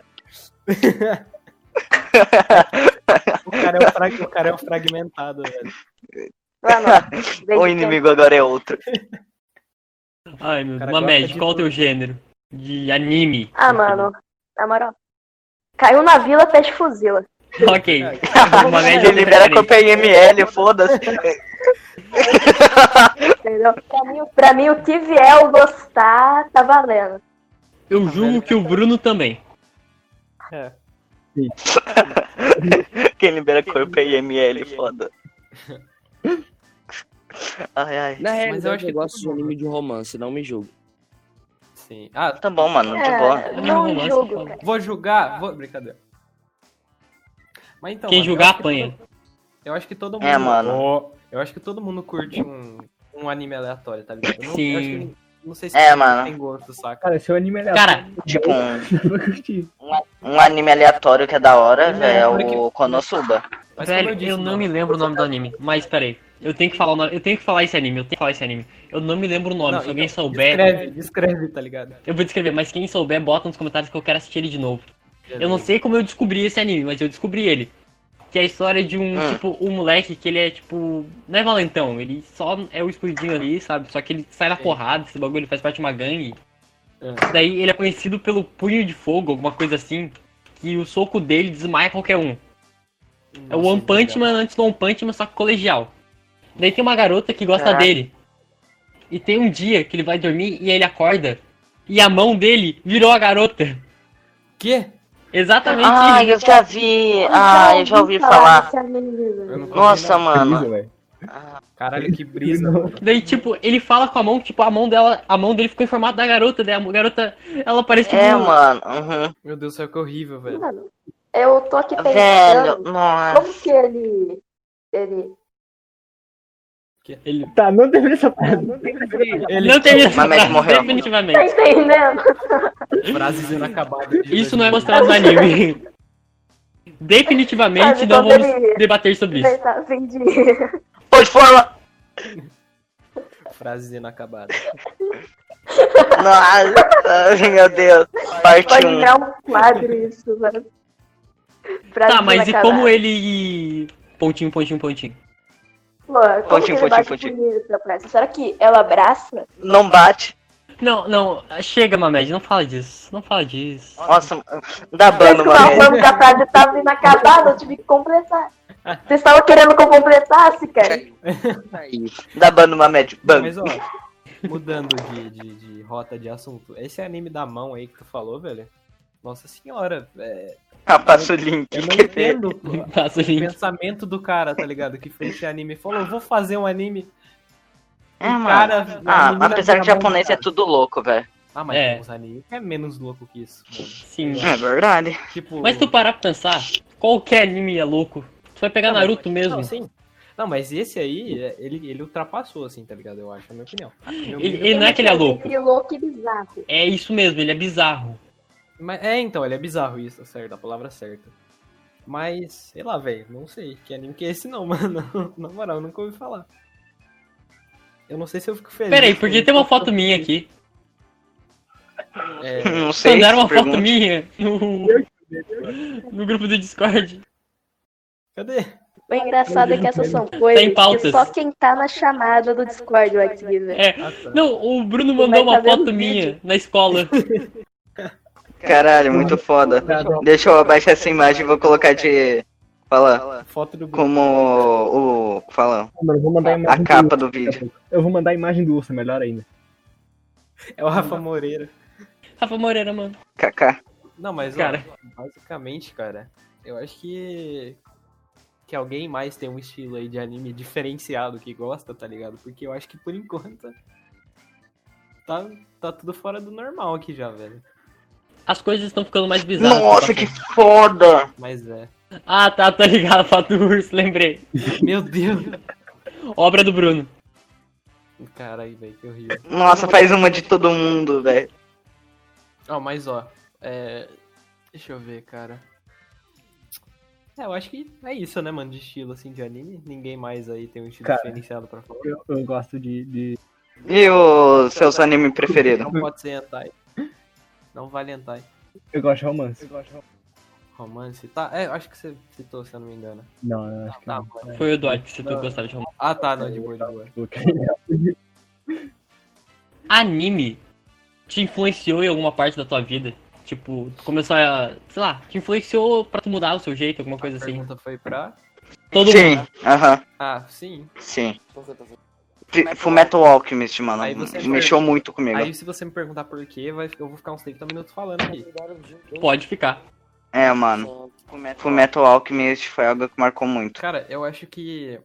O cara é um, frag... o cara é um fragmentado, velho. Não, não. Beijo, O inimigo agora é outro. Ai, meu, Cara, uma gosta média, de qual é o tudo. teu gênero? De anime. Ah, mano. Na moral. Caiu na vila, peste fuzila. Ok. É, Uma média Ele libera com preferência. PML, foda-se. Entendeu? Pra mim, pra mim, o que vier eu gostar, tá valendo. Eu tá julgo que o Bruno também. Quem libera cor PML, foda. Ai, ai. Na realidade, eu acho que É, eu gosto tudo de bom, anime de romance, não me julgue. Sim. Ah, Tá bom, mano, de boa. É, não Romance, julgo, fala. cara. vou julgar. Vou... Brincadeira. Mas então, Quem mano, eu julgar, acho que apanha. Eu acho que todo mundo. É, mano. Ó, Eu acho que todo mundo curte um, um anime aleatório, tá ligado? Eu não, eu acho que- Sim. não sei se É, todo mundo mano. tem gosto, saca? Cara, se o anime é Cara, Tipo, um, eu vou curtir. um anime aleatório que é da hora, velho, é o Konosuba. Mas como Velho, eu eu, disse, não mano, tá me lembro o nome do anime, mas peraí. Eu tenho que falar o nome, eu tenho que falar esse anime, eu tenho que falar esse anime. Eu não me lembro o nome, Não, se alguém então, souber, Descreve, descreve, tá ligado? eu vou descrever, mas quem souber, bota nos comentários que eu quero assistir ele de novo. Eu não sei como eu descobri esse anime, mas eu descobri ele. Que é a história de um, Ah. Hum. tipo, um moleque que ele é, tipo, não é valentão, ele só é o escudinho ali, sabe? Só que ele sai na Sim. porrada, esse bagulho, ele faz parte de uma gangue. É. Daí ele é conhecido pelo punho de fogo, alguma coisa assim. Que o soco dele desmaia qualquer um. É o tá One Punch Man antes do One Punch Man, só que colegial. Daí tem uma garota que gosta Caraca. dele. E tem um dia que ele vai dormir e ele acorda. E a mão dele virou a garota. Quê? Exatamente Ah, isso. eu já vi. Ah, eu já ouvi falar. desse anime. Nossa, Ah, mano. Caralho, que brisa. mano. Daí, tipo, ele fala com a mão, tipo, a mão dela, a mão dele ficou em formato da garota, daí a garota, ela parece É, tipo, mano. uhum. Meu Deus do céu, que horrível, velho. Mano, eu tô aqui pensando Velho, nossa. como que ele. Ele. Ele Tá, não deveria essa piada. Não deveria essa piada. Ele, não teve essa Mas frase, morreu. Tá definitivamente. entendendo? frases inacabadas. de Isso não é 2000. mostrado no anime. definitivamente Sabe, não quando vamos ele- debater sobre isso. Ele tá vendido. Pô, de forma. Frases inacabadas. Nossa, meu Deus. Parte Pode 1. virar um quadro isso, velho. Pra Tá, mas e né, desacabar. como ele. Pontinho, pontinho, pontinho. Pô, como Pontinho, que ele pontinho, bate pontinho. punheta pra essa? Será que ela abraça? Não bate. Não, não, chega, Mamed, não fala disso. Não fala disso. Nossa, dá Por bando, isso que eu tava mano. falando que a frase tava inacabada, eu tive que completar. Vocês estavam querendo que eu completasse, cara? Aí, Dá bando, Mamed. Bando. Mas ó, mudando de, de, de rota de assunto, esse anime da mão aí que tu falou, velho. Nossa senhora, é, Ah, passa o link. eu não entendo pô, Passa o o link. pensamento do cara, tá ligado? Que fez esse anime e falou, eu vou fazer um anime. É, O mano. cara- a Ah, menina apesar vira de japonês mão, é tudo louco, velho. Ah, mas É. tem uns animes que é menos louco que isso, mano. Sim. É verdade. Tipo. Mas se tu parar pra pensar, qualquer anime é louco. Tu vai pegar Não, mas- Naruto mesmo. Não, sim. Não, mas esse aí, é, ele, ele ultrapassou, assim, tá ligado? Eu acho, na minha opinião. Meu Ele, nível- ele não é que ele é louco. Entre louco e bizarro. É isso mesmo, ele é bizarro. Mas, é, então, ele é bizarro isso, tá certo, a palavra certa. Mas, sei lá, velho, não sei que anime que é esse não, mano. Na moral, eu nunca ouvi falar. Eu não sei se eu fico feliz. Pera aí, porque com- tem uma foto minha aqui. É, Não sei. Mandaram uma pergunta. foto minha no, no grupo do Discord. cadê? O engraçado é que essas são Tem coisas pautas. que só quem tá na chamada do Discord vai conseguir ver. É. Ah, tá. Não, o Bruno Vai mandou uma fazer um foto minha na escola. Caralho, muito foda. Deixa eu abaixar essa imagem e vou colocar de. Fala. Foto do grupo. Como o. Fala. Mano, eu vou mandar a imagem A do urso. capa do vídeo. Eu vou mandar a imagem do urso, é melhor ainda. É o Rafa Moreira. Rafa Moreira, mano. KK. Não, mas, ó, Cara. basicamente, cara, eu acho que. Que alguém mais tem um estilo aí de anime diferenciado que gosta, tá ligado? Porque eu acho que por enquanto. Tá, tá tudo fora do normal aqui já, velho. As coisas estão ficando mais bizarras. Nossa, que foda! Mas é. Ah, tá, tá ligado. A foto do urso, lembrei. Meu Deus! Obra do Bruno. Caralho, velho, que horrível. Nossa, faz uma de todo mundo, velho. Ó, mas ó, é... Deixa eu ver, cara. É, eu acho que é isso, né, mano, de estilo, assim, de anime. Ninguém mais aí tem um estilo Cara. diferenciado pra falar. Eu, eu gosto de, de. E os seus animes preferidos? Não pode ser hentai. Não vale hentai. Eu gosto de romance. Romance, tá, é, eu acho que você citou, se eu não me engano. Não, não, acho que Tá, não. mano. Foi o Eduardo que citou que gostava de romance. Ah, tá, não, de boa, de boa. Anime te influenciou em alguma parte da tua vida? Tipo, tu começou a. Sei lá, te influenciou pra tu mudar o seu jeito, alguma coisa A assim. pergunta foi pra... Todo Sim, mundo. aham, Ah, sim. sim. F- Fullmetal Alchemist, mano, Aí você mexeu muito comigo. Aí se você me perguntar por quê, vai, eu vou ficar uns 30 minutos falando aqui. Pode ficar. É, mano, Fullmetal Alchemist foi algo que marcou muito. Cara, eu acho que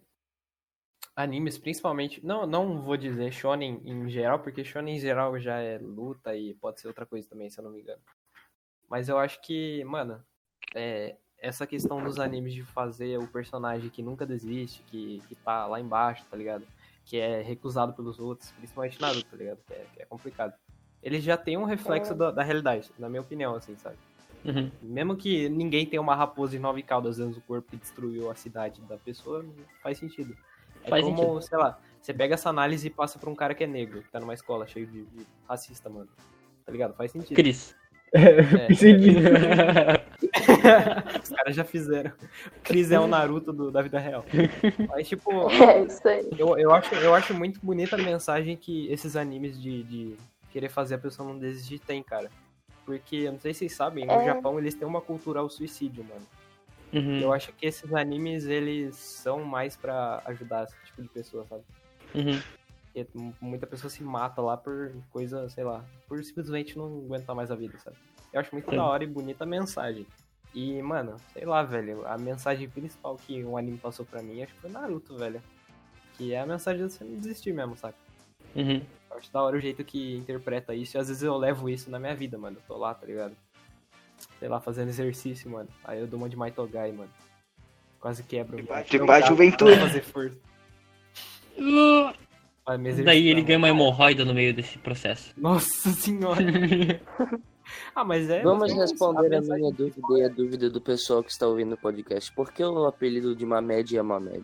animes, principalmente, não, não vou dizer shonen em geral, porque shonen em geral já é luta e pode ser outra coisa também, se eu não me engano. Mas eu acho que, mano, é, essa questão dos animes de fazer o personagem que nunca desiste, que, que tá lá embaixo, tá ligado? Que é recusado pelos outros, principalmente Naruto, tá ligado? Que é, que é complicado. Ele já tem um reflexo da, da realidade, na minha opinião, assim, sabe? Uhum. Mesmo que ninguém tenha uma raposa de nove caudas dentro do corpo que destruiu a cidade da pessoa, não faz sentido. É Faz como, sentido. sei lá, você pega essa análise e passa pra um cara que é negro, que tá numa escola cheio de, de racista, mano. Tá ligado? Faz sentido. Cris. Uhum, É. Pensei nisso. Os caras já fizeram. O Chris é o Naruto do- da vida real. Mas, tipo, É isso aí. eu, eu, acho, eu acho muito bonita a mensagem que esses animes de, de, querer fazer a pessoa não desistir tem, cara. Porque, eu não sei se vocês sabem, É. no Japão eles têm uma cultura ao suicídio, mano. Uhum, Eu acho que esses animes, eles são mais pra ajudar esse tipo de pessoa, sabe? uhum. Porque m- muita pessoa se mata lá por coisa, sei lá, por simplesmente não aguentar mais a vida, sabe? Eu acho muito Sim. da hora e bonita a mensagem. E, mano, sei lá, velho, a mensagem principal que um anime passou pra mim, acho que foi Naruto, velho. Que é a mensagem de você não desistir mesmo, saca? uhum. Eu acho da hora o jeito que interpreta isso e às vezes eu levo isso na minha vida, mano. Eu tô lá, tá ligado? Sei lá, fazendo exercício, mano. Aí eu dou uma de Maitogai, mano. Quase quebro. De minha- baixo- de meu baixo, braço juventude. pra Tá. Fazer força. Hum. pra me exercitar, Daí ele mano. ganha uma hemorroida no meio desse processo. então. Nossa senhora. Ah, mas é. Vamos mas é isso, responder a mensagem- minha dúvida e a dúvida do pessoal que está ouvindo o podcast. Por que o apelido de Mamed é Mamed?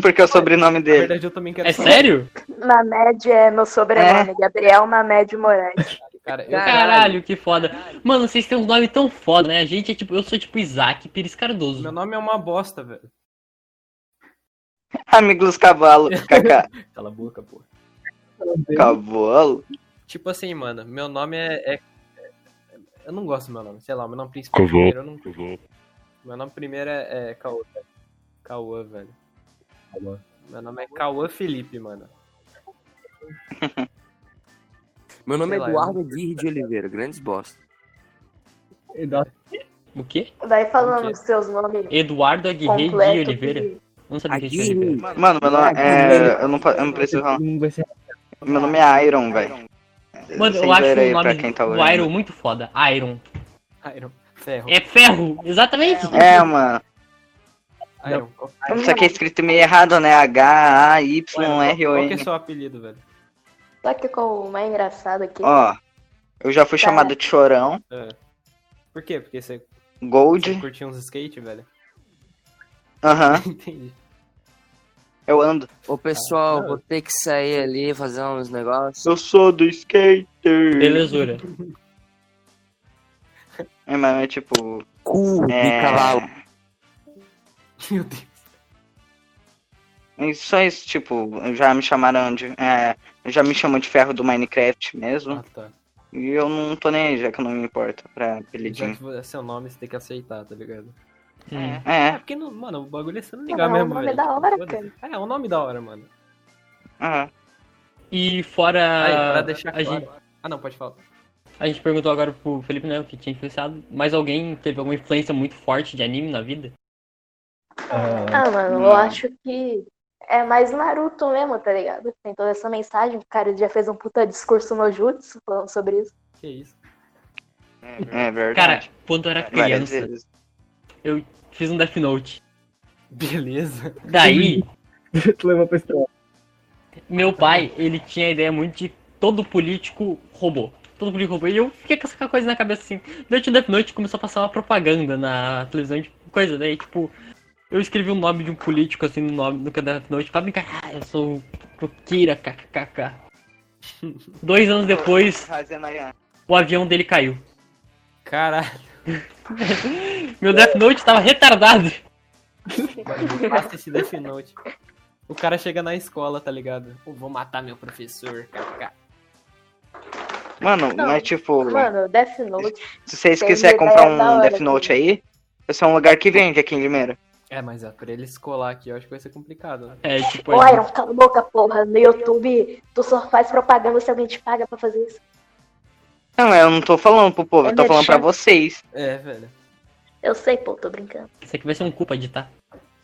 Porque é o sobrenome Na dele. verdade, eu também quero É saber, sério? Mamed é meu sobrenome, Gabriel Mamed Moraes. Cara, eu- Caralho, que foda. Mano, vocês têm um nome tão foda, né? A gente é tipo, eu sou tipo Isaac Pires Cardoso. meu nome é uma bosta, velho. Amigo dos cavalos. Cacá. Cala a boca, pô. Cavalo? Tipo assim, mano, meu nome é. é- é- Eu não gosto do meu nome, sei lá, meu nome principal Cavalo. primeiro eu não Meu nome primeiro é, é Cauã, velho. Cauã, velho. Cauã. Meu nome é Cauã Felipe, mano. Meu Sei nome é lá, Eduardo Aguirre de Oliveira, grandes bosta. Eduardo, O quê? Vai falando Como que é? os seus nomes Eduardo Aguirre de completos. Oliveira? e- Não sabia que tinha Oliveira. Aguirre, Mano, meu nome é. Eu não, fa- eu não preciso falar. todo mundo vai ser Meu nome é Iron, velho. Mano, Sem eu acho zoeira o aí pra nome quem tá do ouvindo. Iron muito foda. Iron. Iron. Ferro. É ferro, exatamente. É, mano. Iron. Qual, Isso aqui é escrito meio errado, né? H, A, Y, um R, O, qual que é N. seu apelido, velho? Só que com o mais engraçado é aqui. Ó. Eu já fui chamado de chorão, Por quê? Porque você, você gold. curtia uns skate, velho? Aham. Entendi. Eu ando. Ô pessoal, Ah, vou ter que sair ali fazer uns negócios. Eu sou do skater. Belezura. É, mas é tipo. Cu de É... cavalo. Meu Deus. é Só isso, tipo, já me chamaram de. É, já me chamam de ferro do Minecraft mesmo. Ah, tá. E eu não tô nem aí, já que eu não me importo pra Já apelidinho. que é seu nome, você tem que aceitar, tá ligado? Hum. É É, porque, não, mano, o bagulho é você não Não, ligar é um mesmo, nome velho. da hora, Foda-se. É, é um nome da hora, mano. aham. E Aí, fora. pra deixar Ah, a, claro. gente, Ah, não, pode falar. a gente perguntou agora pro Felipe, né? O que tinha influenciado. Mas alguém teve alguma influência muito forte de anime na vida? ah, Ah, mano, Não. eu acho que é mais Naruto mesmo, tá ligado? Tem toda essa mensagem. O cara já fez um puta discurso no Jutsu falando sobre isso. Que isso. É Cara, verdade. quando eu era Várias criança, vezes. fiz um Death Note. Beleza. Daí, tu leva pra estrela. meu pai, ele tinha a ideia muito de todo político robô. Todo político robô. E eu fiquei com essa coisa na cabeça assim. Durante o Death Note começou a passar uma propaganda na televisão, tipo, coisa. Daí, tipo, eu escrevi o nome de um político assim no nome do Death Note pra brincar. Ah, eu sou o Kira, kkkk. Dois anos depois, Fazendo aí, ó. o avião dele caiu. Caralho. Meu Death Note tava retardado. Mano, passa esse Death Note. O cara chega na escola, tá ligado? Eu vou matar meu professor. kkk. Mano, Não, mas tipo, Mano, Death Note. se vocês tem quiserem ideia comprar é da um hora assim. Death aqui. Note aí, esse é um lugar que vende aqui em Limeira. É, mas é, pra ele escolar aqui, eu acho que vai ser complicado. Né? É, tipo, Ô, Iron, cala a boca, porra. No YouTube, tu só faz propaganda se alguém te paga pra fazer isso. Não, eu não tô falando pro povo, eu tô É falando pra merchan. vocês. É, velho. Eu sei, pô, tô brincando. isso aqui vai ser um culpa de tá.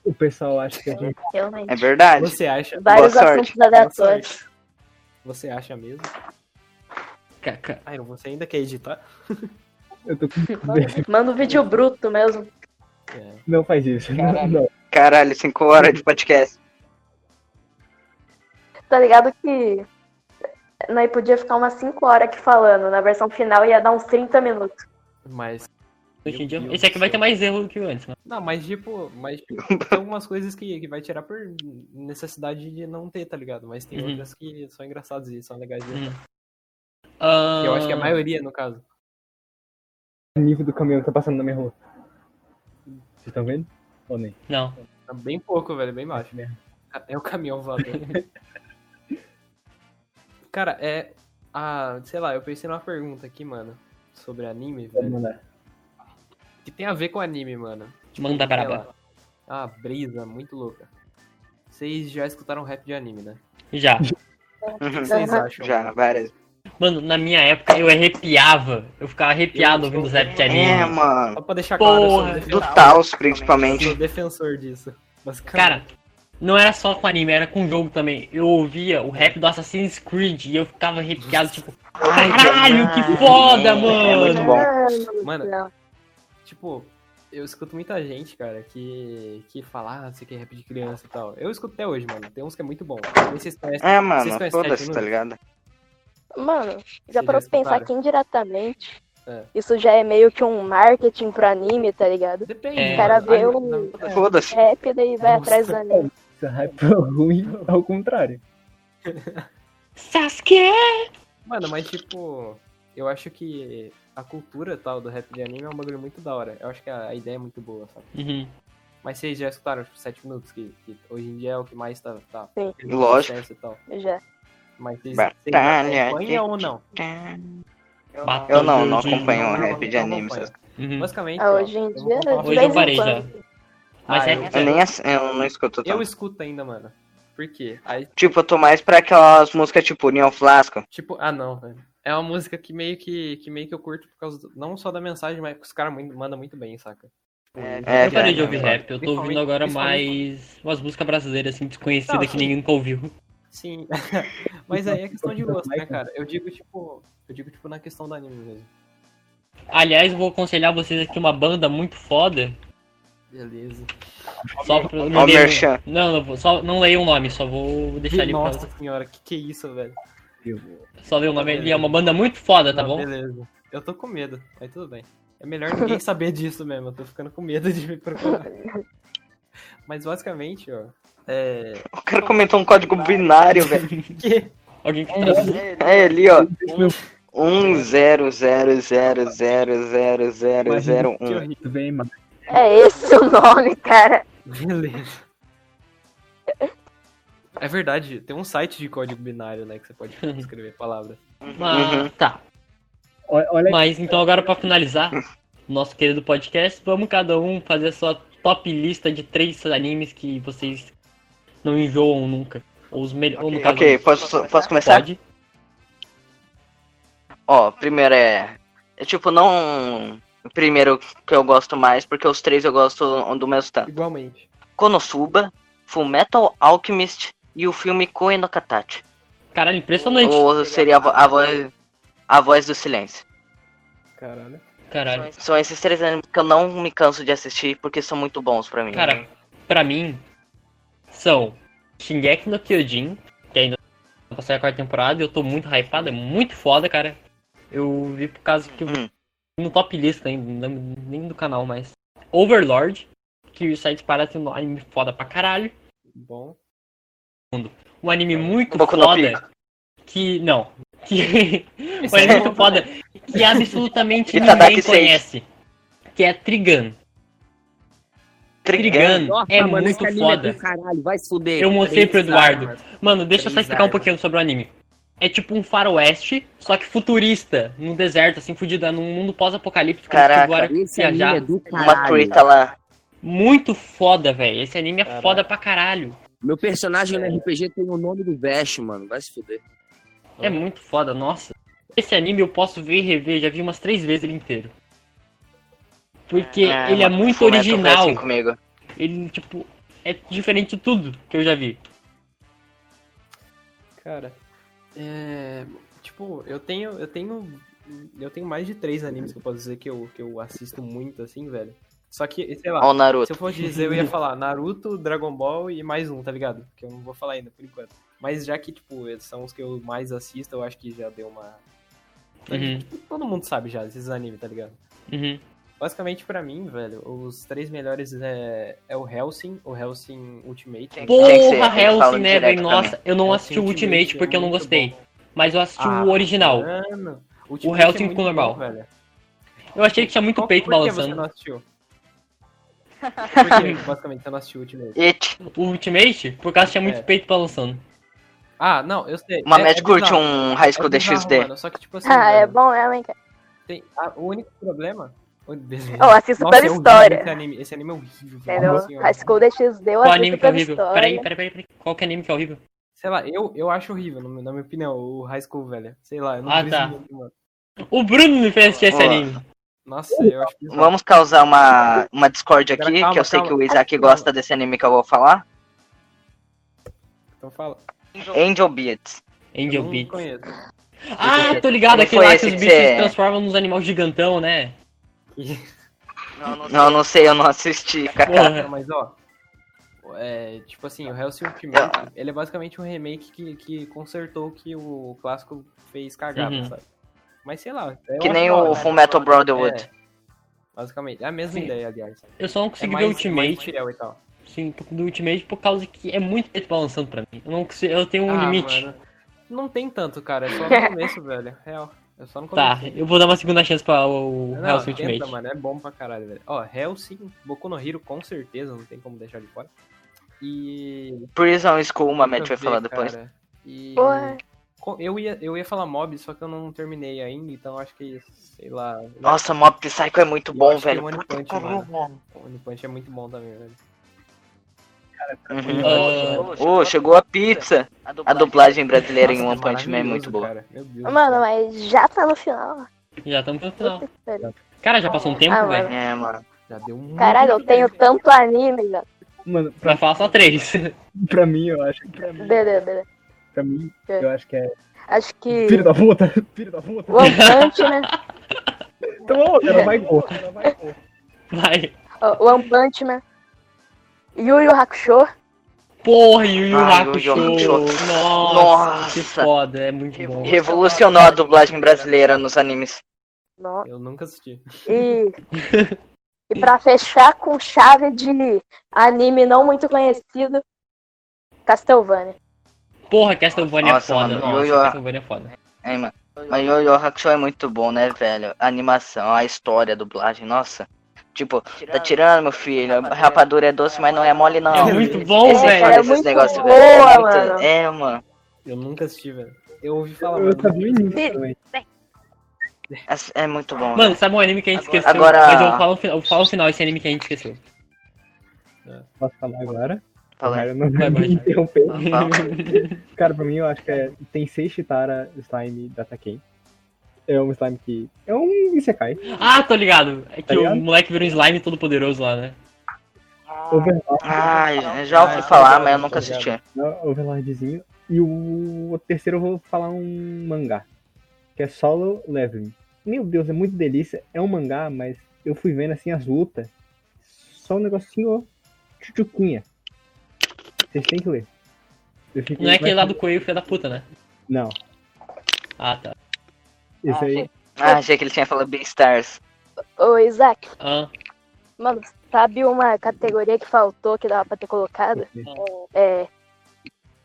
O pessoal acha que a gente Realmente. É verdade. Você acha? Vários boa assuntos aleatórios. Você acha mesmo? Kk. Iron, você ainda quer editar? eu tô com Manda- Manda um vídeo bruto mesmo. É. Não faz isso. Não, Caralho. não. Caralho, 5 horas de podcast. Tá ligado que. Nós podia ficar umas 5 horas aqui falando. Na versão final ia dar uns 30 minutos. Mas. Hoje em dia, Meu Deus esse aqui do vai céu. ter mais erro que o antes, mano. Não, mas tipo, mas tipo, tem algumas coisas que, que vai tirar por necessidade de não ter, tá ligado? Mas tem Uhum. outras que são engraçadas e são legais. de- Uhum. que Eu acho que é a Ahn, maioria, no caso. O nível do caminhão que tá passando na minha rua. Vocês estão vendo? Ou nem? Não. Tá Bem É pouco, velho, bem baixo. mesmo. É o caminhão voador. Cara, é. Ah, sei lá, eu pensei numa pergunta aqui, mano. Sobre anime, Pode velho. mandar. Que tem a ver com anime, mano. Manda sei braba. lá. Ah, brisa, muito louca. Vocês já escutaram rap de anime, né? Já. O que vocês Aham. acham? Uhum. Já, mano? várias. Mano, na minha época eu arrepiava. Eu ficava arrepiado Eu ouvindo os sou- rap de É, anime. mano. Só pra deixar claro, eu sou Porra, defen- Do Taos, principalmente. sou defensor disso. basicamente. Cara, não era só com anime, era com jogo também. Eu ouvia o rap do Assassin's Creed e eu ficava arrepiado, tipo, Ai, caralho, que foda, É muito mano. bom. Mano, Não. tipo, eu escuto muita gente, cara, que, que fala, ah, não sei o que, rap de criança e tal. Eu escuto até hoje, mano. Tem uns que é muito bom. Vocês conhecem? É, Vocês mano, conhecem todas, Tecno? tá ligado? Mano, já Vocês parou pra pensar escutaram? que indiretamente É. isso já é meio que um marketing pro anime, tá ligado? Depende. É. mano. O cara vê Ai, um- não, não, não. Foda-se. Rap, daí vai Nossa. atrás do anime. Se a hype for ruim, ao contrário. Sasuke! Mano, mas tipo, eu acho que a cultura tal do rap de anime é um bagulho muito da hora. Eu acho que a, a ideia é muito boa, sabe? Uhum. Mas vocês já escutaram, tipo, 7 minutos, que, que hoje em dia é o que mais tá. tá Sim. tendo Lógico. sucesso E tal. Já. Mas vocês, vocês Batalha acompanham ou não? Eu não, não Batalha de- acompanho Não, não, um rap de não anime. acompanho. essas- Uhum. Basicamente. Ah, ó, hoje em eu vou dia, falar de uma Hoje eu vez coisa. parei em já. quando. Mas Ah, é, eu- Eu nem ass- eu não escuto Eu tanto. escuto ainda, mano. Por quê? Aí, Tipo, eu tô mais pra aquelas músicas tipo Neon Flasco. tipo, ah não, velho. É uma música que meio que, que meio que eu curto por causa do- não só da mensagem, mas que os caras muito- mandam muito bem, saca? Tipo, É, eu parei de é, ouvir é. rap, eu tô Principalmente- ouvindo agora principalmente- mais umas músicas brasileiras assim, Não, desconhecidas que sim. ninguém nunca ouviu. Sim. mas aí é questão de gosto, né, cara? Eu digo, tipo. Eu digo, tipo, na questão do anime mesmo. Aliás, vou aconselhar vocês aqui uma banda muito foda. Beleza. Só pra. Ó, Merchan. Não, não, vou- só, não leio o nome, só vou deixar ali pra. Nossa senhora, que que é isso, velho? Só ler o nome ali. É uma banda muito foda, tá Não, bom? Beleza. Eu tô com medo, mas tudo bem. É melhor ninguém saber disso mesmo, eu tô ficando com medo de me procurar. Mas basicamente, ó. É. O cara comentou um código binário, velho. Que? Alguém que Uhum. É ali, ó. 100000001. horrível. Tu vem, mano. É esse o nome, cara. Beleza. É verdade, tem um site de código binário, né, que você pode escrever palavras. Uhum. Mas, tá. Olha, olha Mas então agora pra finalizar nosso querido podcast, vamos cada um fazer a sua top lista de três animes que vocês não enjoam nunca. Ou os melhores. ou no caso, Ok, posso, posso começar? pode. Ó, primeiro é. é Tipo, não. o Primeiro que eu gosto mais, porque os três eu gosto do mesmo tanto. Igualmente. Konosuba, Full Metal Alchemist e o filme Koe no Katachi. Caralho, impressionante. Ou seria a, vo- a voz, a voz do silêncio. Caralho. Caralho. São esses três animes que eu não me canso de assistir porque são muito bons pra mim. Cara, pra mim, são Shingeki no Kyojin, que ainda vai passar a quarta temporada, e eu tô muito hypado, é muito foda, cara. Eu vi por causa que eu Hum. vi no top list ainda, não- nem do canal, mas. Overlord, que o site parece um anime foda pra caralho. Bom. Um anime muito É, Boku no foda. Que. Não. Que. um é anime muito bom. foda. Que absolutamente Itadaki ninguém Senki. conhece. Que é Trigun. Trigun Nossa, é mano, esse muito anime é foda. do caralho, vai fuder. Eu mostrei pro Eduardo. Mano, deixa eu só Três explicar um armas. pouquinho sobre o anime. É tipo um faroeste, só que futurista, num deserto, assim, fudida, num mundo pós-apocalíptico. onde Caraca. tu agora Esse anime viajar. é do Uma caralho. treta lá. Muito foda, velho. Esse anime é Caraca. foda pra caralho. Meu personagem no RPG tem o nome do Vest, mano, vai se fuder. É muito foda, nossa. Esse anime eu posso ver e rever, já vi umas três vezes ele inteiro. Porque Ah, ele é mano, muito Fullmetal foi original. assim comigo. Ele, tipo, é diferente de tudo que eu já vi. Cara, é, tipo, eu tenho, eu tenho, eu tenho mais de três animes que eu posso dizer que eu, que eu assisto muito, assim, velho. Só que, sei lá, Ó, o Naruto. se eu fosse dizer, eu ia falar Naruto, Dragon Ball e mais um, tá ligado? Que eu não vou falar ainda, por enquanto. Mas já que, tipo, eles são os que eu mais assisto, eu acho que já deu uma... Uhum, Todo mundo sabe já desses animes, tá ligado? uhum. Basicamente, pra mim, velho, os três melhores é, é o Helsing, o Helsing Ultimate. Tem que ser- Porra, tem que falar Hellsing, né, direto velho? Nossa, eu não assisti o Ultimate Ultimate é porque eu não muito gostei. bom. Mas eu assisti Ah, o original. Mano, O Ultimate é Hellsing muito com o bom, normal. velho. Eu achei que tinha muito Qual- peito por que é Você balançando. não assistiu? Por que, basicamente, você não assistiu o Ultimate? It. O Ultimate, por causa que tinha muito É. peito balançando. Ah, não, eu sei. Uma é, média é curte bizarro. um High School é bizarro, DXD. mano, Só que, tipo assim, Ah, é mano, bom mesmo, hein, cara. tem- ah, o único problema... Oh, desenho. Eu assisto Nossa, pela é horrível história. Esse anime, esse anime é horrível. Entendeu? nossa senhora. High School DX deu Qual a anime que dica é pela horrível? história. Peraí, peraí, peraí, peraí. Qual que é anime que é horrível? Sei lá, eu, eu acho horrível, no- na minha opinião, o High School, velho. Sei lá, eu não Ah, vi tá. esse anime, mano. O Bruno me fez assistir esse Ó. anime. Nossa, eu acho é bizarro. Vamos causar uma, uma discórdia Pera, aqui, calma, que eu sei calma. que o Isaac gosta desse anime que eu vou falar. Então fala. Angel Beats. Eu Angel não Beats. conheço. Ah, tô ligado, Não aquele foi lá esse que os que bichos você- se transformam nos animais gigantão, né? Não, não sei, eu não assisti, kaká. Não, Porra. mas ó. é, tipo assim, o Hellsing Ultimate, ele é basicamente um remake que, que consertou o que o clássico fez cagada, Uhum. sabe? Mas sei lá. eu Que acho nem da hora, o né? Full Metal Brotherhood. É, basicamente. É a mesma Sim. ideia, aliás. Eu só não É consegui ver mais, o mais Ultimate. fiel e tal. Sim, tô com o Ultimate por causa que é muito preto balançando pra mim. Eu, não consigo, eu tenho um Ah, limite. mano, Não tem tanto, cara. É só no começo, velho. Real. É só no começo. Tá, eu vou dar uma segunda chance pra o Não, Hell's tenta, Ultimate. mano, é bom pra caralho, velho. Ó, Hellsing, Boku no Hero, com certeza, não tem como deixar de fora. E. Prison School, uma média vai deixa eu falar ver, depois. cara. E. Porra. co- Eu ia, eu ia falar mob, só que eu não terminei ainda, então acho que, sei lá. Nossa, Mob Psycho é muito Eu bom, acho que velho. o One Puta Punch que pariu, mano. O One Punch é muito bom também, velho. Uhum. Ah, Ô, chegou a pizza. A dublagem brasileira em Nossa, One Punch Man é muito maravilhoso, boa. cara. Meu Deus. do Mano, céu. mas já tá no final. já estamos no final. Puta que pariu. Cara, já passou um tempo, Ah, velho. mano. É, mano. Já deu um. Caralho, eu tenho tanto anime, velho. Mano, pra, Vai falar só três. pra mim, eu acho. Pra mim, Beleza, beleza. pra mim, É. eu acho que é. Acho que. Filho da puta! Filho da puta! O Ampante, né? Então, ó, ela É. vai pôr. Ela vai pôr. Vai. O Ampante, né? Yu Yu Hakusho. Porra, Yu Yu Ah, Yu Yu Hakusho. Hakusho. Nossa, que Nossa. foda. É muito bom. Revolucionou a dublagem brasileira nos animes. Não. Eu nunca assisti. E. E pra fechar com chave de anime não muito conhecido, Castlevania. Porra, Castlevania é Nossa, foda. mano, Nossa, Yu Yu Ha- Castlevania é foda. Hein, mano? Mas Yo Yo Hakusho é muito bom, né, velho? A animação, a história, a dublagem, nossa. Tipo, tá tirando, meu filho. Rapadura é doce, mas não é mole, não. É muito bom, Esse- velho. cara, é esses muito negócios, boa, velho, é mano. É, mano. Eu nunca assisti, velho. Eu ouvi falar. mas Eu nunca sabia o assisti. início também. É- É, muito bom. Mano, sabe um anime que a gente esqueceu? Agora- Mas eu falo, o final- eu falo o final esse anime que a gente esqueceu. Posso falar agora? Falando. Cara, eu não Vai, vai vai. me interromper. Fala. Cara, pra mim, eu acho que é Tensei Shitara Slime da Taken. É um slime que... É um Isekai. ah, tô ligado. É que Tá o ligado? moleque vira um slime todo poderoso lá, né? Overlord, Ah, eu já ouvi Ah, falar, obrigado, mas eu nunca obrigado. assisti. né? Overlordzinho. E o... o terceiro eu vou falar um mangá. Que é Solo Leveling. Meu Deus, é muito delícia. É um mangá, mas eu fui vendo assim as lutas. Só um negocinho, ó. Chuchuquinha. Vocês têm que ler. Eu fiquei- Não é aquele lá do coelho filho da puta, né? Não. Ah, tá. Esse aí... Ah, achei que ele tinha falado Beastars. Ô, Isaac, Ah, mano, sabe uma categoria que faltou, que dava pra ter colocado? É.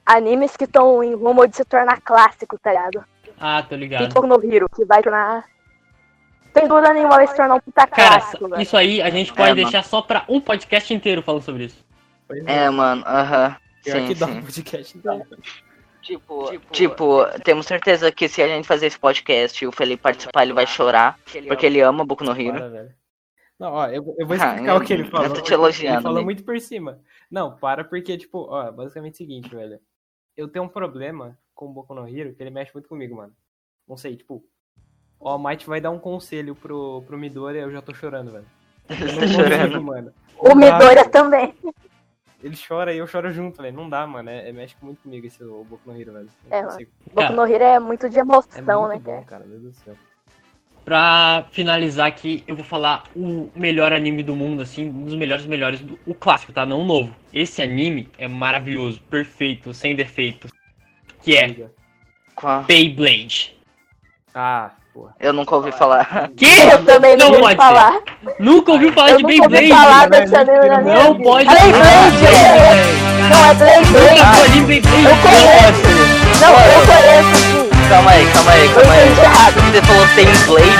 Animes que estão em rumo de se tornar clássico, tá ligado? ah tô Tem ligado. Boku no Hero, que vai tornar. Tem dúvida nenhuma, vai se tornar um puta Cara, clássico, velho. isso aí a gente pode É, mano. deixar só pra um podcast inteiro falando sobre isso. Pois é. É, mano, aham. Pior Sim, que dá um sim. podcast inteiro. Tipo, temos certeza que se a gente fazer esse podcast e o Felipe participar, ele vai chorar, porque ele ama Boku no Hero. Para, velho. Não, ó, eu, eu vou Ah, explicar eu- o que ele eu falou. tô te elogiando, né? Ele falou amigo. muito por cima. Não, para porque, tipo, ó, basicamente é o seguinte, velho. Eu tenho um problema com o Boku no Hero que ele mexe muito comigo, mano. Não sei, tipo, o All Might vai dar um conselho pro, pro Midori e eu já tô chorando, velho. Eu não Tá chorando. consigo, mano. Não O dá, Midoriya velho. também. Ele chora e eu choro junto, velho. Não dá, mano. É, é- mexe muito comigo esse o Boku no Hero, velho. Eu não É, mano. consigo. Boku no Hero é muito de É emoção, né, muito cara? bom, cara. Meu Deus do céu. Pra finalizar aqui, eu vou falar o melhor anime do mundo, assim, um dos melhores, melhores, do- o clássico, tá? Não o novo. Esse anime é maravilhoso, perfeito, sem defeitos. Que é Liga. Qual? Beyblade. Ah, porra. Eu nunca ouvi falar. Que? Eu também Não não, pode vou falar. Nunca ouviu falar Eu de nunca ouvi Beyblade? falar mano. desse anime né, na minha Não vida. pode Blade, falar de Blade! Beyblade. Não, é Blade, Nunca Blade! falou de Beyblade. Eu conheço! Não, eu conheço sim! Calma aí, calma aí, Eu calma aí. entendi errado. Você falou tem Blade